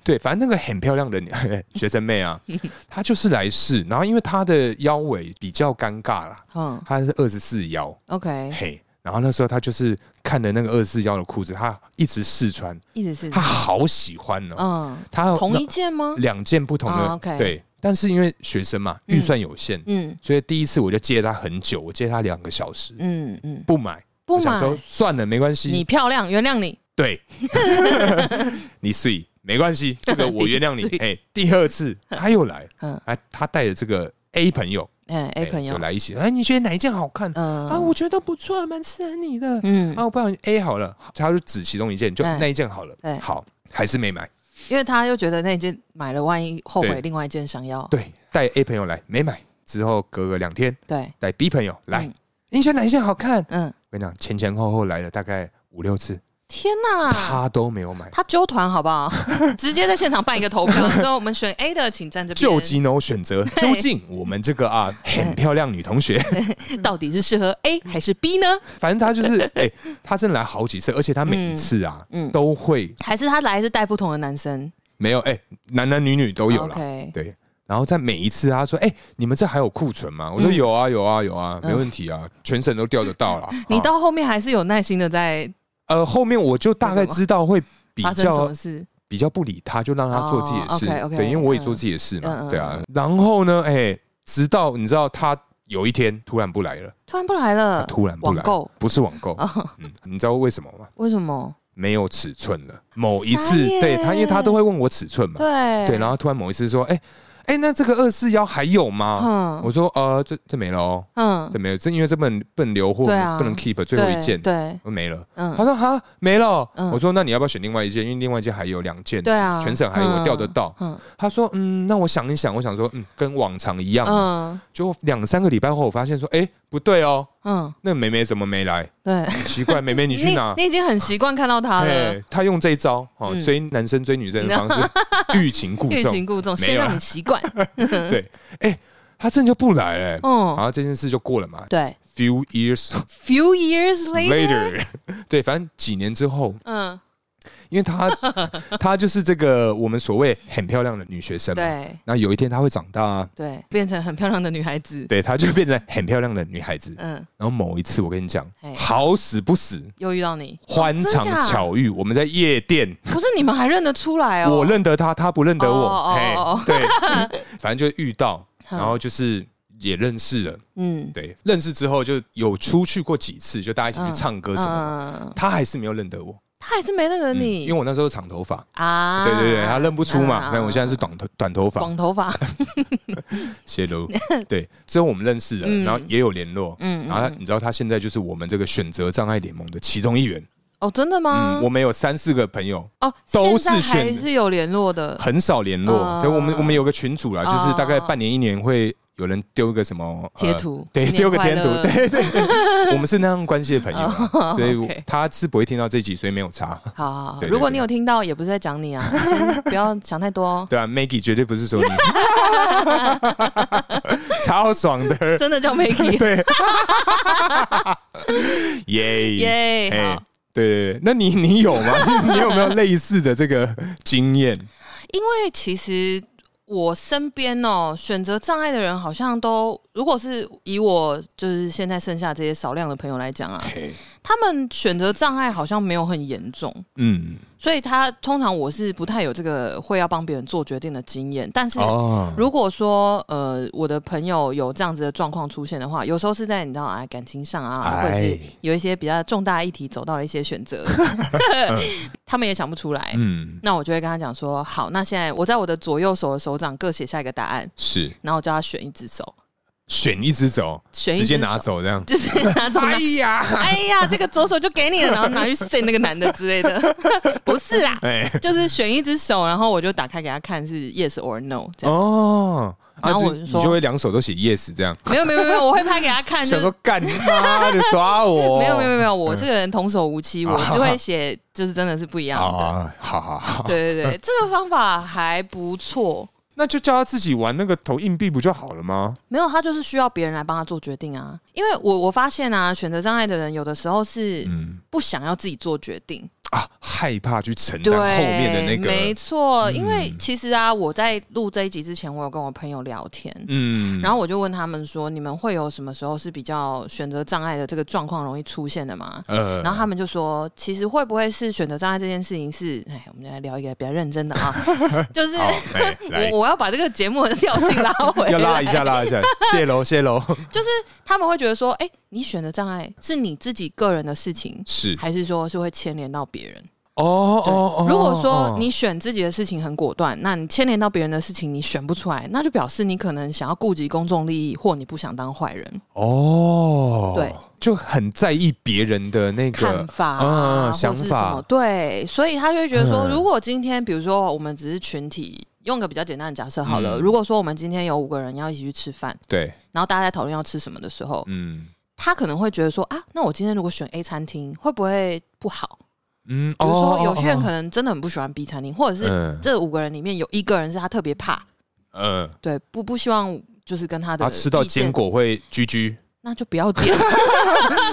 Speaker 1: 对，反正那个很漂亮的女 学生妹 啊，她就是来试，然后因为她的腰围比较尴尬啦，
Speaker 2: 嗯
Speaker 1: 她是二十四腰，
Speaker 2: ，OK，
Speaker 1: 嘿，然后那时候她就是看了那个二十四腰的裤子，她一直试穿，
Speaker 2: 意思是
Speaker 1: 她好喜欢哦，
Speaker 2: 嗯，
Speaker 1: 她
Speaker 2: 同一件吗？
Speaker 1: 两件不同的，
Speaker 2: 啊，OK
Speaker 1: 对，但是因为学生嘛，
Speaker 2: 嗯
Speaker 1: 预算有限，
Speaker 2: 嗯
Speaker 1: 所以第一次我就借她很久，我借她两个小时，
Speaker 2: 嗯嗯，
Speaker 1: 不买，
Speaker 2: 不
Speaker 1: 我想
Speaker 2: 买，
Speaker 1: 说算了，没关
Speaker 2: 你
Speaker 1: 系，
Speaker 2: 漂亮，原谅你。
Speaker 1: 对， 你睡没关系，这个我原谅你
Speaker 2: 你，
Speaker 1: 哎，第二次她又来。
Speaker 2: 嗯，
Speaker 1: 哎，他带着这个 A 朋友
Speaker 2: 哎
Speaker 1: 哎
Speaker 2: ，A 朋友
Speaker 1: 就，来一起，哎，你觉得哪一件好看？
Speaker 2: 嗯
Speaker 1: 啊，我觉得都不错，蛮适合你的。
Speaker 2: 嗯，
Speaker 1: 啊，我不然 A 好了，他就指其中一件，就
Speaker 2: 哎
Speaker 1: 那一件好了
Speaker 2: 对。哦
Speaker 1: 好，还是没买。
Speaker 2: 因为他又觉得那件买了，万一后悔
Speaker 1: 对
Speaker 2: 另外一件想要，
Speaker 1: 对，带 A 朋友来没买，之后隔个两天
Speaker 2: 对，
Speaker 1: 带 B 朋友来
Speaker 2: 嗯，
Speaker 1: 你觉得哪一件好看？我
Speaker 2: 嗯，
Speaker 1: 跟你讲，前前后后来了大概五六次，
Speaker 2: 天哪！
Speaker 1: 他都没有买。
Speaker 2: 他揪团好不 好？直接在现场办一个投票， 之后我们选 A 的，请站这
Speaker 1: 就
Speaker 2: 边。
Speaker 1: 急 no 选择，究竟我们这个啊很漂亮女同学，
Speaker 2: 到底是适合 A 还是 B 呢？
Speaker 1: 反正她就是 哎，她真的来好几次，而且她每一次啊
Speaker 2: 嗯嗯
Speaker 1: 都会
Speaker 2: 还是他来是带不同的男生？
Speaker 1: 没有，哎、男男女女都有啦。
Speaker 2: 哦 OK，
Speaker 1: 对，然后在每一次他说，哎、你们这还有库存吗？我说
Speaker 2: 嗯
Speaker 1: 有啊，有啊，有啊，
Speaker 2: 嗯
Speaker 1: 没问题啊，全省都调得到啦。
Speaker 2: 你
Speaker 1: 啊
Speaker 2: 到后面还是有耐心的在
Speaker 1: 呃后面我就大概知道会比
Speaker 2: 发生什
Speaker 1: 较
Speaker 2: 么事？
Speaker 1: 比较不理他，就让他做自己的事。
Speaker 2: 哦，OK，OK，
Speaker 1: 对，因为我也做
Speaker 2: 嗯
Speaker 1: 自己的事嘛，
Speaker 2: 嗯嗯
Speaker 1: 对啊。然后呢，哎、直到你知道他有一天突然不来了，
Speaker 2: 突然不来了，
Speaker 1: 突然不
Speaker 2: 网
Speaker 1: 来了
Speaker 2: 购，
Speaker 1: 不是网购，
Speaker 2: 哦，
Speaker 1: 嗯，你知道为什么吗？
Speaker 2: 为什么？
Speaker 1: 没有尺寸了。某一
Speaker 2: 傻
Speaker 1: 次，
Speaker 2: 眼
Speaker 1: 对他，因为他都会问我尺寸嘛，
Speaker 2: 对
Speaker 1: 对，然后突然某一次说，哎、哎、那这个二四幺还有吗？
Speaker 2: 嗯
Speaker 1: 我说呃，这这没了哦，
Speaker 2: 嗯
Speaker 1: 这，没了，这因为这不能不能留货，
Speaker 2: 对啊
Speaker 1: 不能 keep 最后一件，
Speaker 2: 对，
Speaker 1: 我说没了。
Speaker 2: 嗯
Speaker 1: 他，说哈没了，
Speaker 2: 嗯
Speaker 1: 我说那你要不要选另外一件？因为另外一件还有两件，
Speaker 2: 对啊，
Speaker 1: 全省还有我调得到。
Speaker 2: 嗯
Speaker 1: 他说嗯，那我想一想，我想说嗯，跟往常一样嘛，
Speaker 2: 嗯
Speaker 1: 就两三个礼拜后，我发现说哎不对哦，
Speaker 2: 嗯，
Speaker 1: 那梅梅怎么没来？
Speaker 2: 对，
Speaker 1: 奇怪，梅梅你去哪？
Speaker 2: 你已经很习惯看到他了，
Speaker 1: 哎，他用这一招哦，
Speaker 2: 嗯
Speaker 1: 追男生追女生的方 式，欲擒故
Speaker 2: 欲擒
Speaker 1: 纵，
Speaker 2: 故纵，
Speaker 1: 没
Speaker 2: 先
Speaker 1: 有啊啦
Speaker 2: 让你习惯。
Speaker 1: 他真的就不来了。然
Speaker 2: 嗯，
Speaker 1: 后这件事就过了嘛
Speaker 2: 对
Speaker 1: ，few years
Speaker 2: ，few years later，
Speaker 1: later，对，反正几年之后，
Speaker 2: 嗯，
Speaker 1: 因为 她她就是这个我们所谓很漂亮的女学生嘛。
Speaker 2: 对
Speaker 1: 那有一天她会长大、啊，
Speaker 2: 对，变成很漂亮的女孩子。
Speaker 1: 对，她就变成很漂亮的女孩子。
Speaker 2: 嗯，
Speaker 1: 然后某一次，我跟你讲
Speaker 2: 嘿，
Speaker 1: 好死不死，
Speaker 2: 又遇到你，
Speaker 1: 欢场
Speaker 2: 真假啊
Speaker 1: 巧遇，我们在夜店，
Speaker 2: 不是你们还认得出来哦？
Speaker 1: 我认得她，她不认得我，
Speaker 2: 哦
Speaker 1: 嘿
Speaker 2: 哦哦，
Speaker 1: 对， 反正就遇到，
Speaker 2: 嗯
Speaker 1: 然后就是也认识了，
Speaker 2: 嗯，
Speaker 1: 对，认识之后就有出去过几次，就大家一起去唱歌什么的，
Speaker 2: 么？嗯
Speaker 1: 她还是没有认得我，
Speaker 2: 他还是没认得
Speaker 1: 嗯
Speaker 2: 你，
Speaker 1: 因为我那时候长头发，
Speaker 2: 啊，
Speaker 1: 对对对，她认不出嘛，
Speaker 2: 啊
Speaker 1: 那我现在是短头短头发，
Speaker 2: 广头发，
Speaker 1: 谢 喽，对，之后我们认识了，
Speaker 2: 嗯
Speaker 1: 然后也有联络，
Speaker 2: 嗯，
Speaker 1: 然后
Speaker 2: 嗯
Speaker 1: 你知道她现在就是我们这个选择障碍联盟的其中一员，
Speaker 2: 哦，真的吗？
Speaker 1: 嗯，我们有三四个朋友。
Speaker 2: 哦，
Speaker 1: 都
Speaker 2: 现在
Speaker 1: 是
Speaker 2: 还
Speaker 1: 选
Speaker 2: 是有联络的，
Speaker 1: 很少联络。
Speaker 2: 嗯
Speaker 1: 对，我们我们有个群组啦，就是大概
Speaker 2: 嗯
Speaker 1: 半年一年会有人丢一个什么
Speaker 2: 贴，
Speaker 1: 呃
Speaker 2: 图，
Speaker 1: 对，
Speaker 2: 新年
Speaker 1: 丢个
Speaker 2: 快
Speaker 1: 贴图，
Speaker 2: 乐，哦
Speaker 1: 对对 对，我们是那样关系的朋友啊，所以我
Speaker 2: OK
Speaker 1: 他是不会听到这集，所以没有差。
Speaker 2: 好好好，
Speaker 1: 对对
Speaker 2: 如果
Speaker 1: 对
Speaker 2: 你有听到，也不是在讲 你啊，先不要想太多哦，
Speaker 1: 对啊，Maggie 绝对不是说 你，超爽 的，
Speaker 2: 真的 叫 Maggie，
Speaker 1: 对，耶
Speaker 2: 耶，
Speaker 1: 哎
Speaker 2: 好，
Speaker 1: 对对对，那你你有吗？ 你有没有类似的这个经验？
Speaker 2: 因为其实。我身边哦，选择障碍的人好像都，如果是以我就是现在剩下这些少量的朋友来讲啊，
Speaker 1: 嘿
Speaker 2: 他们选择障碍好像没有很严重，
Speaker 1: 嗯，
Speaker 2: 所以他通常我是不太有这个会要帮别人做决定的经验，但是。
Speaker 1: 哦，
Speaker 2: 如果说呃，我的朋友有这样子的状况出现的话，有时候是在你知道啊感情上啊，
Speaker 1: 哎
Speaker 2: 或者是有一些比较重大议题走到了一些 选择，他们也想不出来。
Speaker 1: 嗯，
Speaker 2: 那我就会跟他讲说，好，那现在我在我的左右手的手掌各写下一个答案，
Speaker 1: 是
Speaker 2: 然后我叫他选一只手，
Speaker 1: 选一只走，
Speaker 2: 选一
Speaker 1: 直
Speaker 2: 只
Speaker 1: 接
Speaker 2: 手
Speaker 1: 拿，走这样。
Speaker 2: 就是拿走。
Speaker 1: 哎呀，
Speaker 2: 哎呀，这个左手就给你了，然后拿去扇那个男的之类的，不是啦，
Speaker 1: 哎，
Speaker 2: 就是选一只手，然后我就打开给他看是 yes or no 这样。
Speaker 1: 哦，
Speaker 2: 然后
Speaker 1: 啊
Speaker 2: 我
Speaker 1: 就
Speaker 2: 就
Speaker 1: 你
Speaker 2: 说啊
Speaker 1: 就会两手都写 yes 这样，
Speaker 2: 没有没有没有没有，我会拍给 他看，就
Speaker 1: 想
Speaker 2: 是
Speaker 1: 说干你妈 的耍我，
Speaker 2: 没有没有没有没有，我
Speaker 1: 嗯
Speaker 2: 这个人童叟无欺，我是会写，就是真的是不一样
Speaker 1: 好
Speaker 2: 的。
Speaker 1: 啊，好好好，
Speaker 2: 对对对，这个方法还不错。
Speaker 1: 那就叫他自己玩那个投硬币不就好了吗？
Speaker 2: 没有，他就是需要别人来帮他做决定啊。因为我我发现啊，选择障碍的人有的时候是
Speaker 1: 嗯
Speaker 2: 不想要自己做决定，
Speaker 1: 啊，害怕去承
Speaker 2: 对，
Speaker 1: 担后面的那
Speaker 2: 没
Speaker 1: 个，
Speaker 2: 错。因为
Speaker 1: 嗯
Speaker 2: 其实啊，我在录这一集之前，我有跟我朋友聊天，
Speaker 1: 嗯
Speaker 2: 然
Speaker 1: 后
Speaker 2: 后我就问他们说：“你们会有什么时候是比较选择障碍的这个状况容易出现的吗？”
Speaker 1: 呃
Speaker 2: 然后他们就说：“其实会不会是选择障碍这件事情是……哎，我们来聊一个比较认真的啊， 就是
Speaker 1: 好， 哎，来
Speaker 2: 我我要把这个节目的调性拉回
Speaker 1: 要拉
Speaker 2: 来，
Speaker 1: 一下拉一下，谢喽谢喽，
Speaker 2: 就是 他们会觉得说：哎，你选择障碍是你自己个人的事情，
Speaker 1: 是
Speaker 2: 还是说是会牵连到别人？
Speaker 1: 哦哦哦，
Speaker 2: 如果说
Speaker 1: 哦
Speaker 2: 你选自己的事情很果断，那你牵连到别人的事情你选不出来，那就表示你可能想要顾及公众利益，或你不想当坏人。”
Speaker 1: 哦，
Speaker 2: 对，
Speaker 1: 就很在意别人的那个
Speaker 2: 看法
Speaker 1: 嗯
Speaker 2: 啊，或
Speaker 1: 想
Speaker 2: 是什
Speaker 1: 法
Speaker 2: 么，对，所以他就会觉得说，
Speaker 1: 嗯
Speaker 2: 如果今天比如说我们只是群体，用个比较简单的假设好了，
Speaker 1: 嗯
Speaker 2: 如果说我们今天有五个人要一起去吃饭，
Speaker 1: 对，
Speaker 2: 然后大家在讨论要吃什么的时候，
Speaker 1: 嗯
Speaker 2: 他可能会觉得说啊，那我今天如果选 A 餐厅会不会不好？
Speaker 1: 嗯，
Speaker 2: 比如
Speaker 1: 哦
Speaker 2: 说有些人可
Speaker 1: 哦
Speaker 2: 能真的很不喜欢 B 餐厅，或者是
Speaker 1: 嗯
Speaker 2: 这五个人里面有一个人是他特别怕，
Speaker 1: 嗯，
Speaker 2: 对，不不希望就是跟他的
Speaker 1: 他啊吃到
Speaker 2: 意见
Speaker 1: 坚，果会居居，
Speaker 2: 那就不要 点。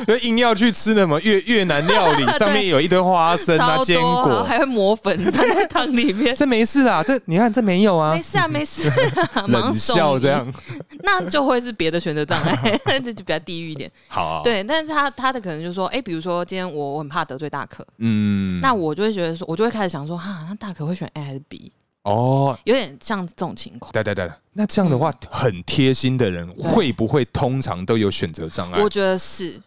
Speaker 1: 就硬要去吃那么越越南料 理，上面有一堆花生啊
Speaker 2: 超
Speaker 1: 坚
Speaker 2: 多，然后
Speaker 1: 果，
Speaker 2: 还会抹粉在那汤 里面。
Speaker 1: 这没事啦，这你看这没有啊
Speaker 2: 没，事啊，没事啊，
Speaker 1: 冷
Speaker 2: 忙
Speaker 1: 笑这，样，
Speaker 2: 那就会是别的选择障碍， 这就比较地狱一点。
Speaker 1: 好啊，
Speaker 2: 对，但是他他的可能就说，哎、比如说今天我我很怕得罪大可，
Speaker 1: 嗯，
Speaker 2: 那我就会觉得说，我就会开始想说，哈，那大可会选 A 还是 B？
Speaker 1: 哦。
Speaker 2: 有点像这种情况。
Speaker 1: 对对对，对那这样的
Speaker 2: 嗯
Speaker 1: 话，很贴心的人会不会通常都有选择障碍
Speaker 2: 我？觉得是，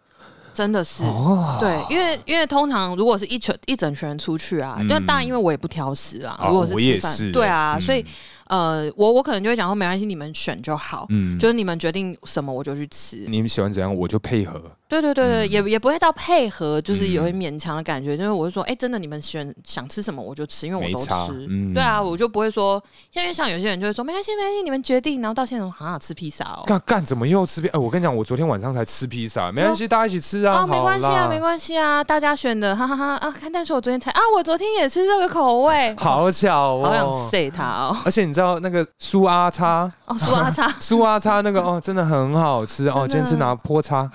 Speaker 2: 真的是。
Speaker 1: 哦，
Speaker 2: 对，因为因为通常如果是一群一整群人出去啊，
Speaker 1: 嗯
Speaker 2: 那、当然因为我也不挑食啊，
Speaker 1: 哦
Speaker 2: 如果是
Speaker 1: 我也
Speaker 2: 吃
Speaker 1: 是
Speaker 2: 饭，对啊，
Speaker 1: 嗯
Speaker 2: 所以呃，我我可能就会讲说没关系，你们选就好，
Speaker 1: 嗯
Speaker 2: 就是你们决定什么我就去吃，
Speaker 1: 你们喜欢怎样，我就配合。
Speaker 2: 对对对对，也也不会到配合，就是
Speaker 1: 嗯
Speaker 2: 有一勉强的感觉。就是我就说，哎、真的，你们选想吃什么我就吃，因为我
Speaker 1: 没
Speaker 2: 都
Speaker 1: 差
Speaker 2: 吃。
Speaker 1: 嗯
Speaker 2: 对啊，我就不会说，因为像有些人就会说，没关系，没关系，你们决定。然后到现在好像吃披萨哦，
Speaker 1: 干干怎么又吃披？哎，我跟你讲，我昨天晚上才吃披萨，没关系，大家一起吃啊，
Speaker 2: 哦，没关系
Speaker 1: 好
Speaker 2: 啊，
Speaker 1: 啦
Speaker 2: 没关系啊，大家选的，哈哈哈啊！看，但是我昨天才啊，我昨天也吃这个口味，
Speaker 1: 好巧 哦，
Speaker 2: 好想塞他哦，
Speaker 1: 而且你知道那个苏阿叉， ，
Speaker 2: 哦，说阿叉
Speaker 1: 苏阿叉那个哦，真的很好吃哦，
Speaker 2: 真
Speaker 1: 今天
Speaker 2: 的
Speaker 1: 吃拿坡叉，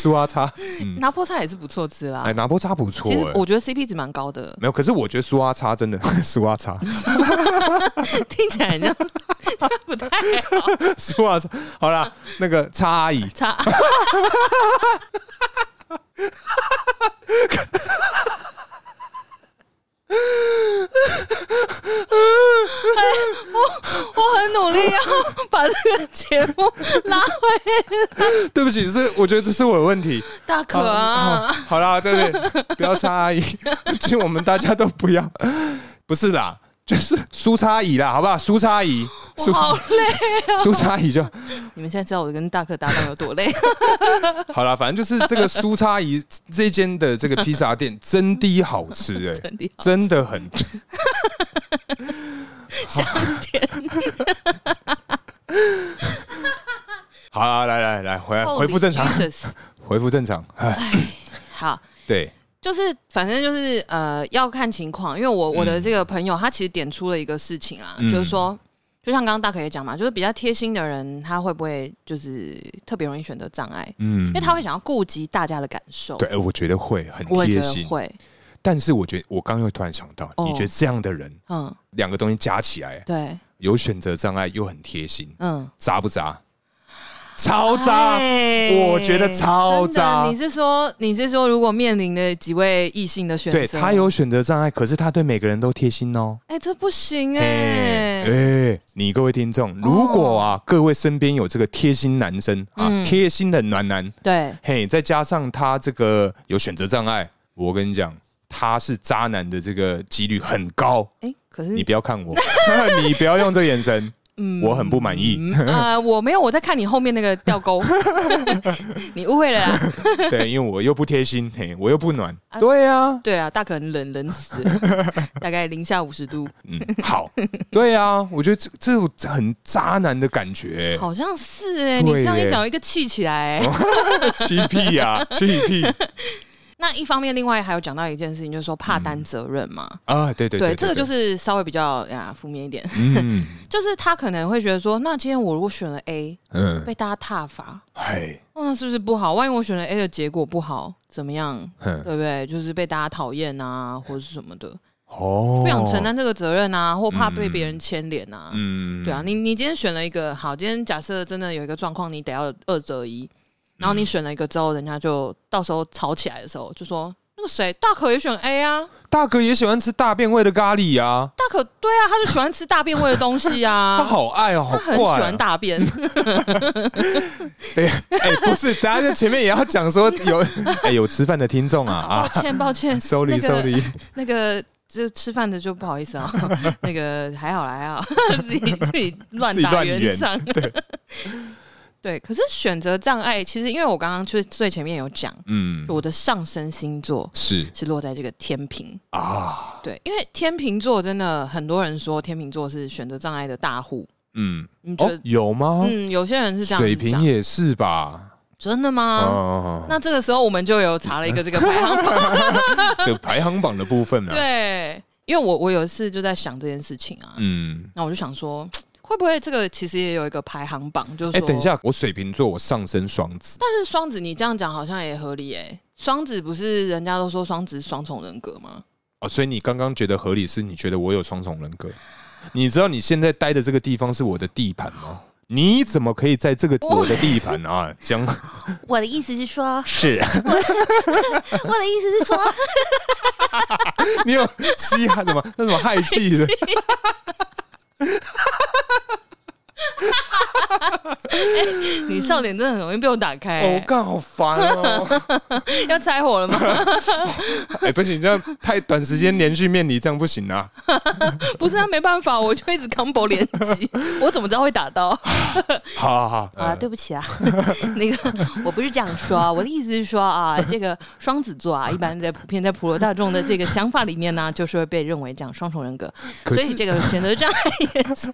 Speaker 1: 苏阿叉，嗯，
Speaker 2: 拿破菜也是不错吃啦
Speaker 1: 哎，。拿破叉不错、
Speaker 2: 其实
Speaker 1: 哎
Speaker 2: 我觉得 CP 值蛮高的，
Speaker 1: 没有，可是我觉得苏阿叉真的 苏阿叉，
Speaker 2: 听起来 好像这样不太好。
Speaker 1: 苏阿叉，好啦，那个叉阿姨，
Speaker 2: 差，哎我很努力要把这个节目拉回
Speaker 1: 对不起，是我觉得这是我的问题。
Speaker 2: 大可啊，
Speaker 1: 好好啦，对不对？不要叉阿 姨，请我们大家都不要，不是啦，就是苏叉阿姨啦，好不好？苏叉阿姨，
Speaker 2: 我
Speaker 1: 苏
Speaker 2: 好累。
Speaker 1: 苏叉阿姨就
Speaker 2: 你们现在知道我跟大可搭档有多 累？
Speaker 1: 好啦，反正就是这个苏叉阿姨这间的这个披萨店真的好吃哎、
Speaker 2: 真的好
Speaker 1: 真的很。
Speaker 2: 想点
Speaker 1: 好啦，来来来，回来回复正常
Speaker 2: Holy，Jesus
Speaker 1: 回复正常。
Speaker 2: 好，
Speaker 1: 对，
Speaker 2: 就是反正就是呃，要看情况，因为我我的这个朋友他其实点出了一个事情啊，
Speaker 1: 嗯
Speaker 2: 就是说，就像刚刚大可也讲嘛，就是比较贴心的人，他会不会就是特别容易选择障碍？
Speaker 1: 嗯
Speaker 2: 因为他会想要顾及大家的感受，
Speaker 1: 对，哎我觉得会很
Speaker 2: 我也觉
Speaker 1: 贴
Speaker 2: 得
Speaker 1: 心。
Speaker 2: 会，
Speaker 1: 但是我觉得，我刚又突然想到，
Speaker 2: 哦
Speaker 1: 你觉得这样的人，
Speaker 2: 嗯，
Speaker 1: 两个东西加起来，
Speaker 2: 对，
Speaker 1: 有选择障碍又很贴心，
Speaker 2: 嗯，
Speaker 1: 渣不渣？超渣！
Speaker 2: 哎
Speaker 1: 我觉得超渣
Speaker 2: 真的你是说你是说，如果面临的几位异性的选择，
Speaker 1: 对他有选择障碍，可是他对每个人都贴心哦。
Speaker 2: 哎、这不行哎、
Speaker 1: 哎哎，你各位听众，如果啊，各位身边有这个贴心男生啊，
Speaker 2: 哦嗯
Speaker 1: 贴心的暖男，
Speaker 2: 对，
Speaker 1: 嘿，再加上他这个有选择障碍，我跟你讲，他是渣男的这个几率很高。
Speaker 2: 哎、可
Speaker 1: 你
Speaker 2: 是
Speaker 1: 不要看我， 你不要用这个眼神，
Speaker 2: 嗯
Speaker 1: 我很不满意。
Speaker 2: 嗯呃，我没有，我在看你后面那个吊钩， 你误会了啊啦。
Speaker 1: 对，因为我又不贴心，嘿，我又不暖。对啊，
Speaker 2: 对啊，大可能冷冷死了， 大概零下五十度，
Speaker 1: 嗯，好，对啊，我觉得这这种很渣男的感觉、
Speaker 2: 好像是哎、你
Speaker 1: 对
Speaker 2: 这样一
Speaker 1: 耶哦
Speaker 2: 讲，我一个气起来、欸
Speaker 1: 气屁呀、气屁
Speaker 2: 那一方面，另外还有讲到一件事情，就是说怕担责任嘛。
Speaker 1: 啊！对对对，
Speaker 2: 这个就是稍微比较呀负面一点，
Speaker 1: 嗯
Speaker 2: 就是他可能会觉得说，那今天我如果选了 A，
Speaker 1: 嗯，
Speaker 2: 被大家挞伐，
Speaker 1: 哎，
Speaker 2: 哦那是不是不好？万一我选了 A 的结果不好，怎么样？
Speaker 1: 哼
Speaker 2: 对不对？就是被大家讨厌啊，或者是什么的。
Speaker 1: 哦，
Speaker 2: 不想承，担这个责任啊，或怕被
Speaker 1: 嗯
Speaker 2: 别人牵连啊。
Speaker 1: 嗯
Speaker 2: 对啊，，你你今天选了一个好，今天假设真的有一个状况，你得要二择一，
Speaker 1: 嗯
Speaker 2: 然后你选了一个之后，人家就到时候吵起来的时候，就说那个谁大可也选 A 啊，
Speaker 1: 大哥也喜欢吃大便味的咖喱啊，
Speaker 2: 大可对啊，他就喜欢吃大便味的东西
Speaker 1: 他
Speaker 2: 啊，
Speaker 1: 好爱哦，
Speaker 2: 他
Speaker 1: 好
Speaker 2: 很喜
Speaker 1: 怪、
Speaker 2: 欢
Speaker 1: 啊。
Speaker 2: 大便，
Speaker 1: 对，哎，不是，等下在前面也要讲 说有，哎，有吃饭的听众啊
Speaker 2: 抱
Speaker 1: 啊
Speaker 2: 歉抱歉，
Speaker 1: ，sorry
Speaker 2: 哦那个
Speaker 1: sorry，
Speaker 2: 那个。就吃饭的就不好 意思啊，那个还好啦还好， 自己自己乱
Speaker 1: 自己
Speaker 2: 打
Speaker 1: 乱
Speaker 2: 圆
Speaker 1: 圆
Speaker 2: 场。 对可是选择障碍其实因为我刚刚去最前面有讲，
Speaker 1: 嗯，
Speaker 2: 我的上升星座
Speaker 1: 是
Speaker 2: 是落在这个天平。
Speaker 1: 啊，
Speaker 2: 对，因为天平座真的很多人说天平座是选择障碍的大户，
Speaker 1: 嗯，
Speaker 2: 你觉得？
Speaker 1: 哦，有吗？
Speaker 2: 嗯，有些人是这样
Speaker 1: 水
Speaker 2: 子
Speaker 1: 瓶
Speaker 2: 讲，啊
Speaker 1: 也是吧？
Speaker 2: 真的吗？
Speaker 1: 哦，
Speaker 2: 那这个时候我们就有查了一个这个排 行榜，
Speaker 1: 这个排行榜的部分呢、啊，
Speaker 2: 对，因为我我有一次就在想这件事情啊，
Speaker 1: 嗯，
Speaker 2: 那我就想说，会不会这个其实也有一个排行榜，就是
Speaker 1: 哎、
Speaker 2: 说，
Speaker 1: 等一，下，我水瓶座，我上升双子，
Speaker 2: 但是双子你这样讲好像也合理哎、双子不是人家都说双子双重人格吗？
Speaker 1: 哦，所以你刚刚觉得合理是你觉得我有双重人格，你知道你现在待的这个地方是我的地盘吗？你怎么可以在这个
Speaker 2: 我
Speaker 1: 我的地盘啊？ 讲，
Speaker 3: 我的意思是说
Speaker 1: 是，
Speaker 3: 我的意思是说，
Speaker 1: 你有嘻哈什么那什么氦气 的？
Speaker 2: 你笑点真的很容易被我打开、
Speaker 1: 哦
Speaker 2: 欸，，
Speaker 1: 干好烦哦！
Speaker 2: 要拆火了吗？
Speaker 1: 哎、不行，这样太短时间连续面离，这样不行啊！
Speaker 2: 不是啊，没办法，我就一直 combo 连击，我怎么知道会打到？
Speaker 1: 好好好，
Speaker 3: 好了，对不起啊，那个我不是这样说啊，我
Speaker 2: 我的意思是说啊，这个双子座啊，一般在普遍在普罗大众的这个想法里面呢，就是会被认为这样双重人格，
Speaker 1: 可
Speaker 2: 所
Speaker 1: 是
Speaker 2: 以这个选择障碍也是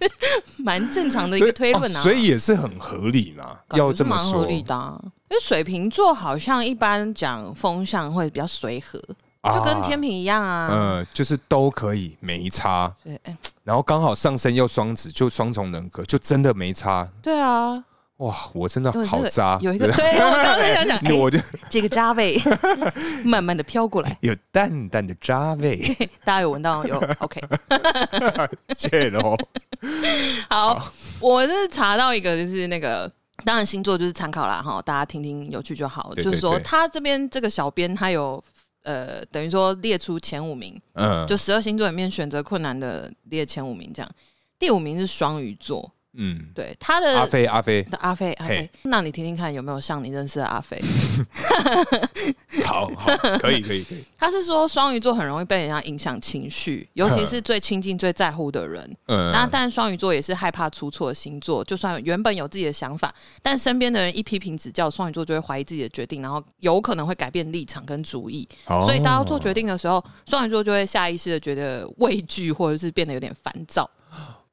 Speaker 2: 蛮正常的一
Speaker 1: 所以
Speaker 2: 个推论啊
Speaker 1: 哦所以也是很合理嘛，要这么
Speaker 2: 感觉是蛮
Speaker 1: 说
Speaker 2: 合理的啊、因为水瓶座好像一般讲风向会比较随和，就跟天平一样啊。
Speaker 1: 啊嗯，就是都可以没差，
Speaker 2: 对，哎
Speaker 1: 然后刚好上升又双子，就双重人格，就真的没差
Speaker 2: 对啊，
Speaker 1: 哇，我真的
Speaker 2: 有一个
Speaker 1: 好渣，
Speaker 2: 有一个
Speaker 1: 对
Speaker 2: 对，我 刚才想讲，哎
Speaker 1: 我就
Speaker 2: 这个渣味慢慢的飘过来，
Speaker 1: 有淡淡的渣 味，
Speaker 2: 大家有闻到有 OK。
Speaker 1: 谢喽。
Speaker 2: 好，我是查到一个，就是那个。当然，星座就是参考啦，哈，大家听听有趣就好。
Speaker 1: 对
Speaker 2: 就是说，
Speaker 1: 对对
Speaker 2: 他这边这个小编他有呃，等于说列出前五名，
Speaker 1: 嗯，
Speaker 2: 就十二星座里面选择困难的列前五名，这样。第五名是双鱼座，
Speaker 1: 嗯，
Speaker 2: 对他的
Speaker 1: 阿飞阿飞，
Speaker 2: 的阿飞，阿飞
Speaker 1: 嘿，
Speaker 2: 那你听听看有没有像你认识的阿飞？
Speaker 1: 好好，可以可以 可以，
Speaker 2: 他是说双鱼座很容易被人家影响情绪，尤其是最亲近、最在乎的人。那
Speaker 1: 嗯，
Speaker 2: 但双鱼座也是害怕出错的星座，就算原本有自己的想法，但身边的人一批评指教，双鱼座就会怀疑自己的决定，然后有可能会改变立场跟主意。
Speaker 1: 哦
Speaker 2: 所以大家做决定的时候，双鱼座就会下意识的觉得畏惧，或者是变得有点烦躁。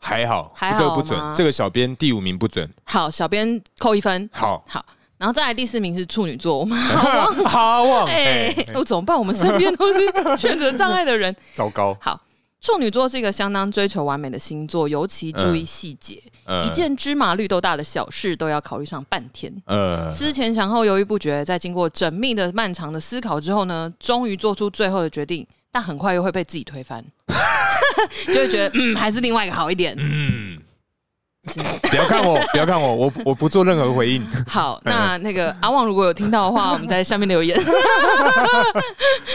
Speaker 1: 还好，
Speaker 2: 还好
Speaker 1: 这个不
Speaker 2: 吗
Speaker 1: 准，这个小编第五名不准，
Speaker 2: 好，小编扣一分。
Speaker 1: 好，
Speaker 2: 好，然后再来第四名是处女座，我们
Speaker 1: 哈旺，
Speaker 2: 哎
Speaker 1: 哎，，
Speaker 2: 我怎么办？我们身边都是 选择障碍的人。
Speaker 1: 糟糕，
Speaker 2: 好，处女座是一个相当追求完美的星座，尤其注意细节，
Speaker 1: 嗯
Speaker 2: 一件芝麻绿豆大的小事都要考虑上半天。
Speaker 1: 呃，
Speaker 2: 思前想后，犹豫不决，在经过缜密的、漫长的思考之后呢，终于做出最后的决定，但很快又会被自己 推翻，就会觉得嗯，还是另外一个好一点。
Speaker 1: 嗯，不要 看我，不要看我，我我不做任何回应，
Speaker 2: 好，那那个阿旺如果有听到的话，我们在下面留言。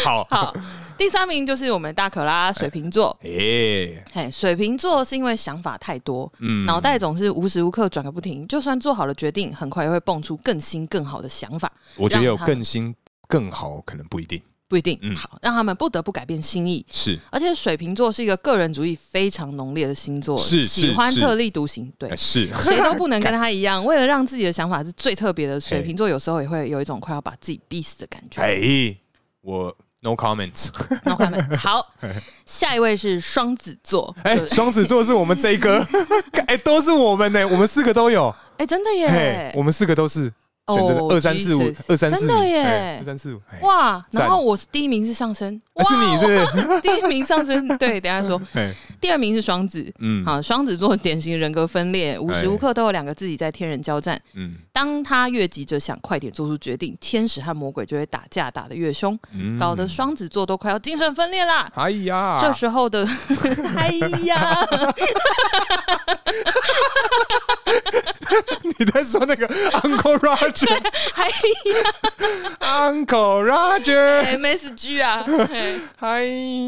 Speaker 1: 好，
Speaker 2: 好，第三名就是我们大可拉水瓶座，
Speaker 1: 哎，
Speaker 2: 嘿，水瓶座是因为想法太多，
Speaker 1: 嗯
Speaker 2: 脑袋总是无时无刻转个不停，就算做好了决定，很快又会蹦出更新更好的想法，
Speaker 1: 我觉得有
Speaker 2: 让他
Speaker 1: 更新更好，可能不一定
Speaker 2: 不一定、
Speaker 1: 嗯
Speaker 2: 好，让他们不得不改变心意。
Speaker 1: 是，
Speaker 2: 而且水瓶座是一个个人主义非常浓烈的星座，
Speaker 1: 是
Speaker 2: 喜
Speaker 1: 是
Speaker 2: 欢
Speaker 1: 是
Speaker 2: 特立独行，对
Speaker 1: 哎， 是，
Speaker 2: 谁都不能跟他一样。为了让自己的想法是最特别的，水瓶座有时候也会有一种快要把自己逼死的感觉。
Speaker 1: 哎，我 no comments，
Speaker 2: 那我们 好，下一位是双子座，
Speaker 1: 哎
Speaker 2: 对，
Speaker 1: 双子座是我们这一 个，哎，都是我们呢，我们四个都有，
Speaker 2: 哎，真的
Speaker 1: 嘿
Speaker 2: 耶，，
Speaker 1: 我们四个都是
Speaker 2: 哦
Speaker 1: 选择二三四五
Speaker 2: Jesus，
Speaker 1: 二三四五，
Speaker 2: 真的耶
Speaker 1: 哎二三四五，哎
Speaker 2: 哇！然
Speaker 1: 赞
Speaker 2: 后我是第一名是上升，
Speaker 1: 啊
Speaker 2: 哇，哦
Speaker 1: 是你是不是，
Speaker 2: 第一名上升，对，等一下说，
Speaker 1: 哎，
Speaker 2: 第二名是双子。
Speaker 1: 嗯，哎
Speaker 2: 好，双子座典型人格分裂，无时无刻都有两个自己在天人交战。
Speaker 1: 嗯
Speaker 2: 当他越急着想快点做出决定，天使和魔鬼就会打架打得越凶，
Speaker 1: 嗯
Speaker 2: 搞得双子座都快要精神分裂啦。
Speaker 1: 哎呀，
Speaker 2: 这时候的， 哎 呀，
Speaker 1: 你在说那 个 Uncle Roger，Uncle
Speaker 2: 哎
Speaker 1: Roger，
Speaker 2: ，MSG 啊，哎
Speaker 1: 哎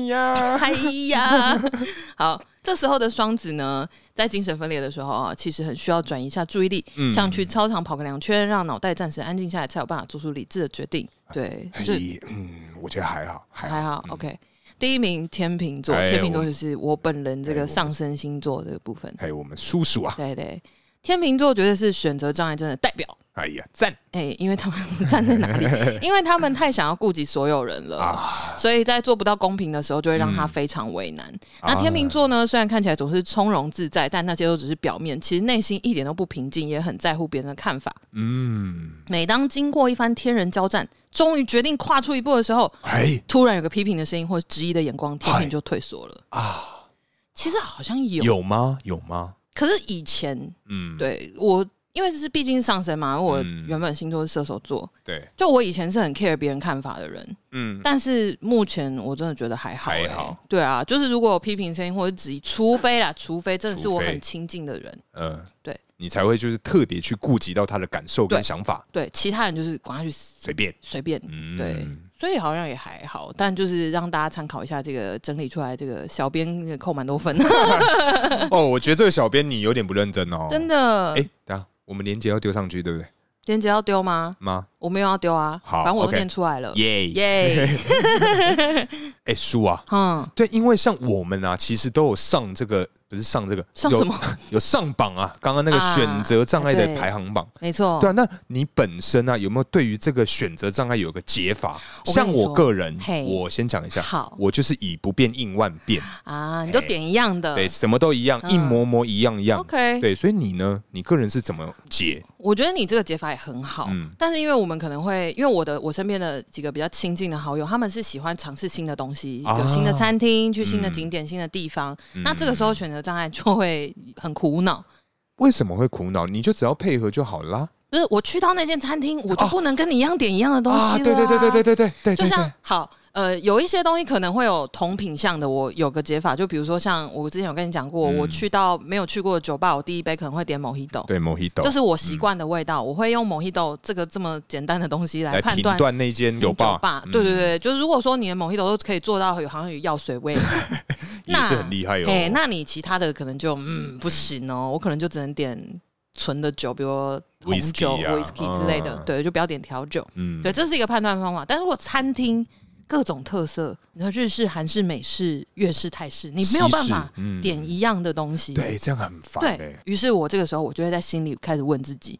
Speaker 1: 呀，
Speaker 2: 哎呀，好，这时候的双子呢，在精神分裂的时候啊，其实很需要转移一下注意力，
Speaker 1: 嗯
Speaker 2: 像去操场跑个两圈，让脑袋暂时安静下来，才有办法做出理智的决定。对，
Speaker 1: 哎
Speaker 2: 就
Speaker 1: 嗯，我觉得还好，还好，嗯
Speaker 2: 还好。OK，第一名天秤座，
Speaker 1: 哎
Speaker 2: 天秤座
Speaker 1: 我
Speaker 2: 就是我本人这
Speaker 1: 哎
Speaker 2: 个
Speaker 1: 我
Speaker 2: 上升星座这个部分。
Speaker 1: 还有我们叔叔啊，
Speaker 2: 对对，天秤座绝对是选择障碍症的代表。
Speaker 1: 哎呀，赞
Speaker 2: 哎，因为他们站 在哪里？因为他们太想要顾及所有人了，
Speaker 1: 啊，
Speaker 2: 所以在做不到公平的时候，就会让他
Speaker 1: 嗯
Speaker 2: 非常为难。
Speaker 1: 啊
Speaker 2: 那天秤座呢，虽然看起来总是从容自在，但那些都只是表面，其实内心一点都不平静，也很在乎别人的看法。
Speaker 1: 嗯，
Speaker 2: 每当经过一番天人交战，终于决定跨出一步的时候，
Speaker 1: 哎
Speaker 2: 突然有个批评的声音或质疑的眼光，天
Speaker 1: 嗨
Speaker 2: 秤就退缩了。
Speaker 1: 啊，
Speaker 2: 其实好像有，
Speaker 1: 有吗？有吗？
Speaker 2: 可是以前
Speaker 1: 嗯，
Speaker 2: 对我，因为这是毕竟是上升嘛，我
Speaker 1: 嗯
Speaker 2: 原本星座是射手座，
Speaker 1: 对，
Speaker 2: 就我以前是很 care 别人看法的人，
Speaker 1: 嗯，
Speaker 2: 但是目前我真的觉得还好、欸，
Speaker 1: 还好
Speaker 2: 对啊，就是如果有批评声音或者质疑，除 非啦，除非真的是
Speaker 1: 除
Speaker 2: 我
Speaker 1: 非
Speaker 2: 很亲近的人，
Speaker 1: 呃，
Speaker 2: 对，
Speaker 1: 你才会就是特别去顾及到他的感受
Speaker 2: 对
Speaker 1: 跟想法，
Speaker 2: 对，其他人就是管他去死，
Speaker 1: 随便，
Speaker 2: 随便，
Speaker 1: 嗯，
Speaker 2: 对，所以好像也还好，但就是让大家参考一下这个整理出来，这个小编扣蛮多分，
Speaker 1: 哦，我觉得这个小编你有点不认真哦，
Speaker 2: 真，的。
Speaker 1: 哎，等一下我们连接要丢上去，对不对？
Speaker 2: 今天只要丢吗？
Speaker 1: 妈，
Speaker 2: 我没有要丢啊，
Speaker 1: 好
Speaker 2: 反正我都
Speaker 1: OK
Speaker 2: 念出来了，
Speaker 1: 耶，
Speaker 2: 呃耶，
Speaker 1: 哎，叔啊，
Speaker 2: 嗯，
Speaker 1: 对，因为像我们啊，其实都有上这个，不是上这个，
Speaker 2: 上
Speaker 1: 有
Speaker 2: 什么？
Speaker 1: 有上榜啊，刚刚那个
Speaker 2: 啊
Speaker 1: 选择障碍的
Speaker 2: 对哦
Speaker 1: 排行榜。
Speaker 2: 没错，
Speaker 1: 对啊，那你本身啊，有没有对于这个选择障碍有个解法？
Speaker 2: 我跟你
Speaker 1: 像我
Speaker 2: 说
Speaker 1: 个人
Speaker 2: 嘿，
Speaker 1: 我先讲一下，
Speaker 2: 好
Speaker 1: 我就是以不变应万变，
Speaker 2: 啊，你就点一样的。
Speaker 1: 对，什么都一样，
Speaker 2: 嗯
Speaker 1: 一模模一样一样。
Speaker 2: OK，
Speaker 1: 对，所以你呢？你个人是怎么解？
Speaker 2: 我觉得你这个解法也很好，
Speaker 1: 嗯
Speaker 2: 但是因为我们可能会，因为我的我身边的几个比较亲近的好友，他们是喜欢尝试新的东西，
Speaker 1: 啊
Speaker 2: 有新的餐厅，去新的
Speaker 1: 嗯
Speaker 2: 景点、新的地方，
Speaker 1: 嗯
Speaker 2: 那这个时候选择障碍就会很苦恼。
Speaker 1: 为什么会苦恼？你就只要配合就好啦。
Speaker 2: 不是我去到那间餐厅，我就不能跟你一样点一样的东西了、
Speaker 1: 哦啊对对对对对对对对，
Speaker 2: 就
Speaker 1: 对
Speaker 2: 像
Speaker 1: 对
Speaker 2: 好，呃，有一些东西可能会有同品相的，我有个解法，就比如说像我之前有跟你讲过，
Speaker 1: 嗯
Speaker 2: 我去到没有去过的酒吧，我第一杯可能会点 Mojito，
Speaker 1: 对 Mojito，
Speaker 2: 这是我习惯的味道，我会用 Mojito 这个这么简单的东西
Speaker 1: 来
Speaker 2: 来判
Speaker 1: 评
Speaker 2: 断。
Speaker 1: 断那间酒吧，嗯
Speaker 2: 对对对，就是如果说你的 Mojito 都可以做到有好像有药水味，
Speaker 1: 也是很厉害哦。
Speaker 2: 哎、那你其他的可能就嗯不行哦，我可能就只能点纯的酒，比如说红酒、
Speaker 1: Whisky 啊
Speaker 2: whisky 之类的，
Speaker 1: 嗯
Speaker 2: 对，就不要点调酒。
Speaker 1: 嗯
Speaker 2: 对，这是一个判断方法。但如果餐厅各种特色，你说日式、韩式、美式、粤式、泰式，你没有办法
Speaker 1: 嗯
Speaker 2: 点一样的东西。
Speaker 1: 对，这样很烦
Speaker 2: 对
Speaker 1: 哎。
Speaker 2: 于是，我这个时候我就会在心里开始问自己：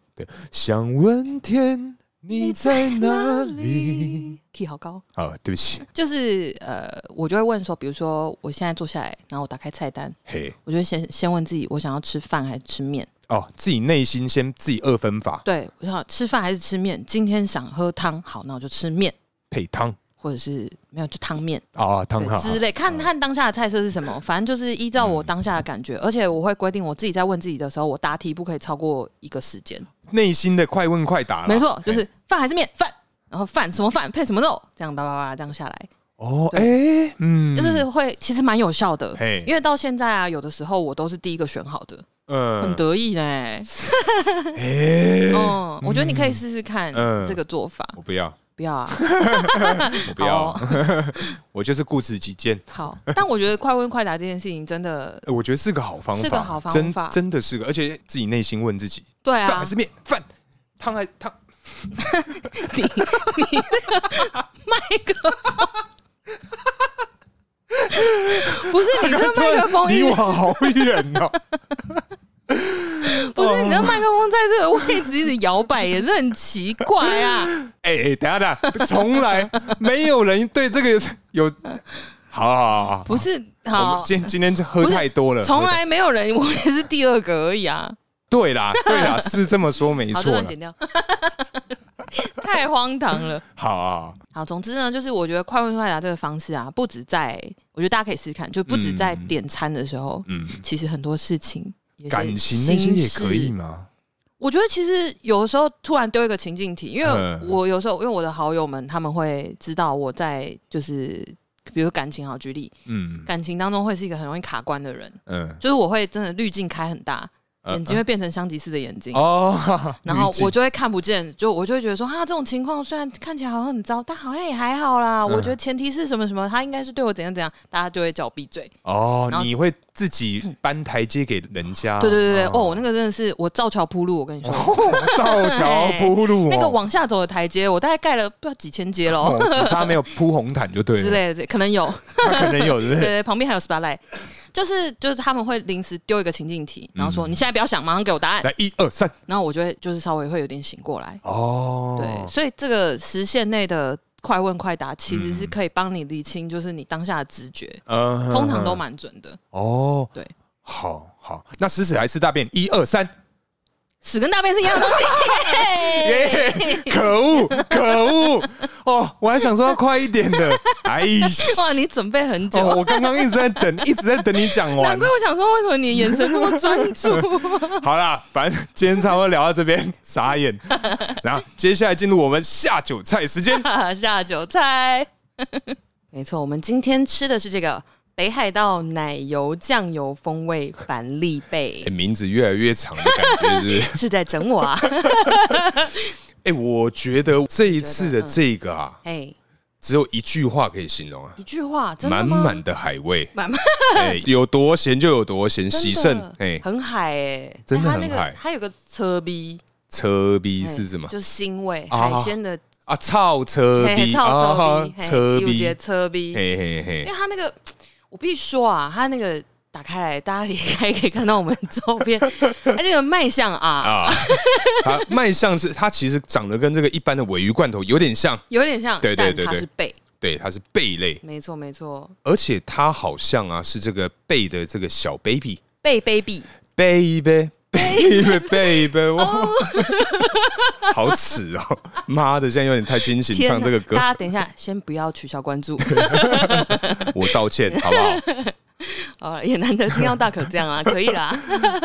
Speaker 1: 想问天，你在哪里？
Speaker 2: ？key 好高，
Speaker 1: 啊，对不起，
Speaker 2: 就是呃，我就会问说，比如说我现在坐下来，然后我打开菜单，
Speaker 1: 嘿，
Speaker 2: 我就会先先问自己，我想要吃饭还是吃面？
Speaker 1: 哦，自己内心先自己二分法，
Speaker 2: 对，我想吃饭还是吃面？今天想喝汤，好，那我就吃面，
Speaker 1: 配汤
Speaker 2: 或者是没有就汤面。
Speaker 1: 啊，汤
Speaker 2: 对
Speaker 1: 哈，
Speaker 2: 之类，看看当下的菜色是什么，反正就是依照
Speaker 1: 嗯
Speaker 2: 我当下的感觉，而且我会规定我自己在问自己的时候，我答题不可以超过一个时间。
Speaker 1: 内心的快问快答啦，
Speaker 2: 没错，就
Speaker 1: 嘿
Speaker 2: 是饭还是面饭，然后饭什么饭配什么肉，这样叭叭叭这样下来，
Speaker 1: 哦，
Speaker 2: 对
Speaker 1: 哎，嗯，
Speaker 2: 就是会其实蛮有效的。
Speaker 1: 嘿
Speaker 2: 因为到现在啊，有的时候我都是第一个选好的，很
Speaker 1: 嗯，
Speaker 2: 得意呢。
Speaker 1: 哎，
Speaker 2: 嗯，我觉得你可以试试看
Speaker 1: 嗯
Speaker 2: 这个做法，
Speaker 1: 我不要，
Speaker 2: 不要啊，
Speaker 1: 我不要
Speaker 2: 好，哦
Speaker 1: 我就是固执己见。
Speaker 2: 好。但我觉得快问快答这件事情真的，
Speaker 1: 呃我觉得是个好方法，
Speaker 2: 是个好方
Speaker 1: 真
Speaker 2: 法
Speaker 1: 真的是个，而且自己内心问自己，
Speaker 2: 对
Speaker 1: 饭
Speaker 2: 啊
Speaker 1: 还，是面，饭汤还汤，
Speaker 2: 你你 麦克风，不是 你这麦克风
Speaker 1: 啊离
Speaker 2: 一
Speaker 1: 我
Speaker 2: 直，
Speaker 1: 好远 哦。
Speaker 2: 不是你这麦克风在这个位置一直摇摆，也是很奇怪啊。
Speaker 1: 哎、哎，等一下等一下，从来没有人对这个 有，好好好好，
Speaker 2: 不是
Speaker 1: 我
Speaker 2: 好
Speaker 1: 们，今今天喝
Speaker 2: 不是
Speaker 1: 太多了，
Speaker 2: 从
Speaker 1: 喝太
Speaker 2: 来没有人，我也是第二个而已啊。
Speaker 1: 对啦对 啦，是这么说没
Speaker 2: 好，
Speaker 1: 错
Speaker 2: 这段
Speaker 1: 啦。
Speaker 2: 剪掉， 太荒唐了。
Speaker 1: 好啊，
Speaker 2: 好，总之呢，就是我觉得快问快答这个方式啊，不止在，我觉得大家可以试试看，就不止在
Speaker 1: 嗯
Speaker 2: 点餐的时候，
Speaker 1: 嗯，
Speaker 2: 其实很多事情，有些
Speaker 1: 感情那些也可
Speaker 2: 心
Speaker 1: 以
Speaker 2: 事
Speaker 1: 吗？
Speaker 2: 我觉得其实有的时候突然丢一个情境题，因为
Speaker 1: 嗯
Speaker 2: 我有时候因为我的好友们他们会知道我在就是，比如说感情好举例，
Speaker 1: 嗯
Speaker 2: 感情当中会是一个很容易卡关的人，
Speaker 1: 嗯，
Speaker 2: 就是我会真的滤镜开很大，嗯
Speaker 1: 呃
Speaker 2: 眼睛会变成香吉士的眼睛。
Speaker 1: 哦， 哈哈
Speaker 2: 然后
Speaker 1: 滤镜
Speaker 2: 我就会看不见，就我就会觉得说，啊哈，这种情况虽然看起来好像很糟，但好像也还好啦。我觉得前提是什么什么，他应该是对我怎样怎样，大家就会叫我闭嘴。然
Speaker 1: 哦，
Speaker 2: 后
Speaker 1: 你会自己搬台阶给人家？哦
Speaker 2: 对对对对，哦，我那个真的是我造桥铺路，我跟你说，
Speaker 1: 造桥铺路、哦，
Speaker 2: 那个往下走的台阶，我大概盖了不知道几千阶喽。
Speaker 1: 哦，只差没有铺红毯就对
Speaker 2: 之
Speaker 1: 了，
Speaker 2: 类的之类，可 能有，
Speaker 1: 他可能有
Speaker 2: 对
Speaker 1: 对
Speaker 2: 对，旁边还有 spotlight，就是就是他们会临时丢一个情境题，然后说、
Speaker 1: 嗯
Speaker 2: 你现在不要想，马上给我答案，
Speaker 1: 来一二三，
Speaker 2: 然后我就会就是稍微会有点醒过来，
Speaker 1: 哦，
Speaker 2: 对，所以这个时限内的快问快答其实是可以帮你理清，就是你当下的直觉，
Speaker 1: 嗯
Speaker 2: 通常都蛮准的，
Speaker 1: 哦，
Speaker 2: 对，
Speaker 1: 好好，那食屎还是大便？一二三，
Speaker 2: 屎跟大便是一样 的东西，
Speaker 1: 耶！可恶，可恶！哦，我还想说要快一点的，哎，
Speaker 2: 哇，你准备很久。
Speaker 1: 哦，我刚刚一直在等，一直在等你讲
Speaker 2: 难
Speaker 1: 完
Speaker 2: 怪。我想说，为什么你眼神那么专 注？
Speaker 1: 好啦，反正今天差不多聊到这边，傻眼。然后接下来进入我们下酒菜时间。
Speaker 2: 下酒菜。 没错，我们今天吃的是这个北海道奶油酱油风味板栗贝
Speaker 1: 哎，，名字越来越长的感觉，是不是？
Speaker 2: 是在整我啊？
Speaker 1: 哎、我觉得这一次的这个啊，
Speaker 2: 哎，
Speaker 1: 只有一句话可以形容啊，
Speaker 2: 一句话，真的
Speaker 1: 满
Speaker 2: 吗？
Speaker 1: 满的海味，
Speaker 2: 满满
Speaker 1: 哎、有多咸就有多咸，
Speaker 2: 真的
Speaker 1: 喜胜，哎、
Speaker 2: 很海哎，
Speaker 1: 真的
Speaker 2: 哎它
Speaker 1: 很
Speaker 2: 那个
Speaker 1: 海
Speaker 2: 它有个车逼哎
Speaker 1: 车逼是什么、
Speaker 2: 就是腥味，
Speaker 1: 啊
Speaker 2: 海鲜的
Speaker 1: 啊？操车
Speaker 2: 嘿
Speaker 1: 逼，
Speaker 2: 臭
Speaker 1: 啊
Speaker 2: 车逼，
Speaker 1: 车
Speaker 2: 有节
Speaker 1: 逼，
Speaker 2: 车逼，
Speaker 1: 嘿嘿嘿
Speaker 2: 因为，它那个我必须说啊，它那个打开来，大家也应该可以看到我们的照 片，它这个卖相啊，
Speaker 1: 啊，它卖相是它其实长得跟这个一般的尾鱼罐头有点像，
Speaker 2: 有点像，
Speaker 1: 对对对
Speaker 2: 但它
Speaker 1: 对
Speaker 2: 是贝，
Speaker 1: 对，它是贝类，
Speaker 2: 没错没错，
Speaker 1: 而且它好像啊是这个贝的这个小 baby
Speaker 2: 贝贝币。
Speaker 1: baby。baby baby，哇，
Speaker 2: Oh
Speaker 1: 好耻哦！妈的，现在有点太惊醒
Speaker 2: 天
Speaker 1: 唱
Speaker 2: 呐
Speaker 1: 这个歌
Speaker 2: 大，家等一下，先不要取消关注。
Speaker 1: 我道歉，好不好？
Speaker 2: 呃，也难得听到大可这 样啊，可以啦。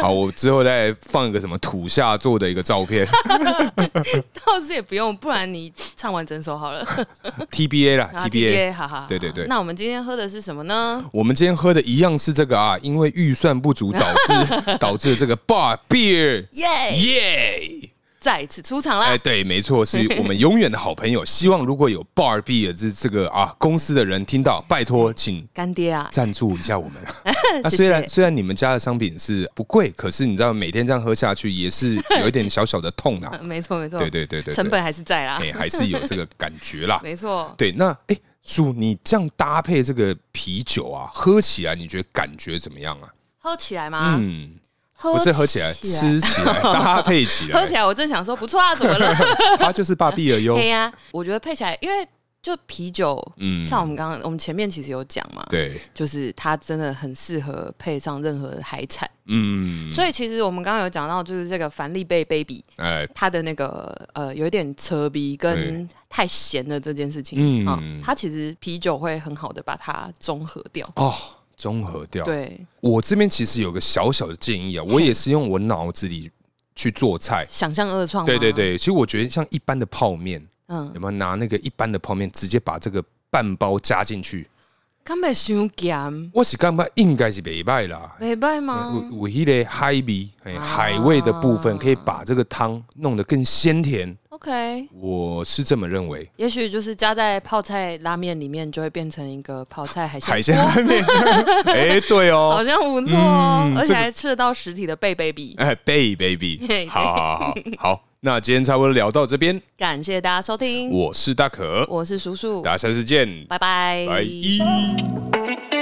Speaker 1: 好，我之后再放一个什么土下座的一个照 片
Speaker 2: 倒是也不用，不然你唱完整首 好了。
Speaker 1: ，TBA 啦
Speaker 2: 啊
Speaker 1: TBA。
Speaker 2: 好好好，
Speaker 1: 对对对
Speaker 2: 那我们今天喝的是什么呢？
Speaker 1: 我们今天喝的一样是这个啊，因为预算不足导 致导致这个 bar beer，
Speaker 2: 耶、
Speaker 1: 耶！
Speaker 2: 再次出场啦！
Speaker 1: 哎，对，没错， 是我们永远的好朋友。希望如果有 bar beer 这这个啊公司的人听到，拜托请
Speaker 2: 干爹啊，
Speaker 1: 赞助一下 我们。那
Speaker 2: 谢谢
Speaker 1: 虽然虽然你们家的商品是不贵，可是你知道每天这样喝下去也是有一点小小的痛啊。
Speaker 2: 没错没错，
Speaker 1: 对对对对，对
Speaker 2: 成本啊还是在啦，
Speaker 1: 哎、还是有这个感觉 啦。
Speaker 2: 没错。
Speaker 1: 对，那哎，叔，你这样搭配这个啤酒啊，喝起来你觉得感觉怎么样啊？
Speaker 2: 喝起来吗？
Speaker 1: 嗯，
Speaker 2: 喝
Speaker 1: 不是喝起来，吃起 来，搭配起来，
Speaker 2: 喝起来，我正想说不错啊，怎 么了？
Speaker 1: 它就是芭比而优。
Speaker 2: 对呀、我觉得配起来，因为就啤酒，
Speaker 1: 嗯
Speaker 2: 像我们刚刚我们前面其实有讲嘛，，
Speaker 1: 对，
Speaker 2: 就是它真的很适合配上任何海产，
Speaker 1: 嗯，
Speaker 2: 所以其实我们刚刚有讲到，就是这个凡利贝 baby
Speaker 1: 哎，
Speaker 2: 它的那个呃有一点扯鼻跟太咸的这件事情，
Speaker 1: 嗯
Speaker 2: 嗯，它其实啤酒会很好的把它中和掉，
Speaker 1: 哦，综合掉。
Speaker 2: 对，
Speaker 1: 我这边其实有个小小的建议啊，我也是用我脑子里去做菜。
Speaker 2: 想象二创，啊
Speaker 1: 对对，对，其实我觉得像一般的泡面，
Speaker 2: 哦嗯
Speaker 1: 有，没有拿那个一般的泡面，直接把这个半包加进去？
Speaker 2: 干贝伤咸，
Speaker 1: 我是干嘛应该是没败啦，
Speaker 2: 没拜吗？
Speaker 1: 哎我我一个海味，哎，
Speaker 2: 嗯啊
Speaker 1: 海味的部分可以把这个汤弄得更鲜甜，
Speaker 2: OK，
Speaker 1: 我是这么认为。
Speaker 2: 也许就是加在泡菜拉面里面，就会变成一个泡菜海鲜
Speaker 1: 海鲜拉面， 哎，对
Speaker 2: 哦好
Speaker 1: 哦，
Speaker 2: 像不错哦，
Speaker 1: 嗯
Speaker 2: 而
Speaker 1: 这
Speaker 2: 且
Speaker 1: 个
Speaker 2: 还吃得到实体的贝贝比。
Speaker 1: 哎，baby
Speaker 2: 对
Speaker 1: baby，好好好好，那今天差不多聊到这边，
Speaker 2: 感谢大家收听，
Speaker 1: 我是大可，
Speaker 2: 我是叔叔，
Speaker 1: 大家下次见，
Speaker 2: 拜拜，
Speaker 1: 拜。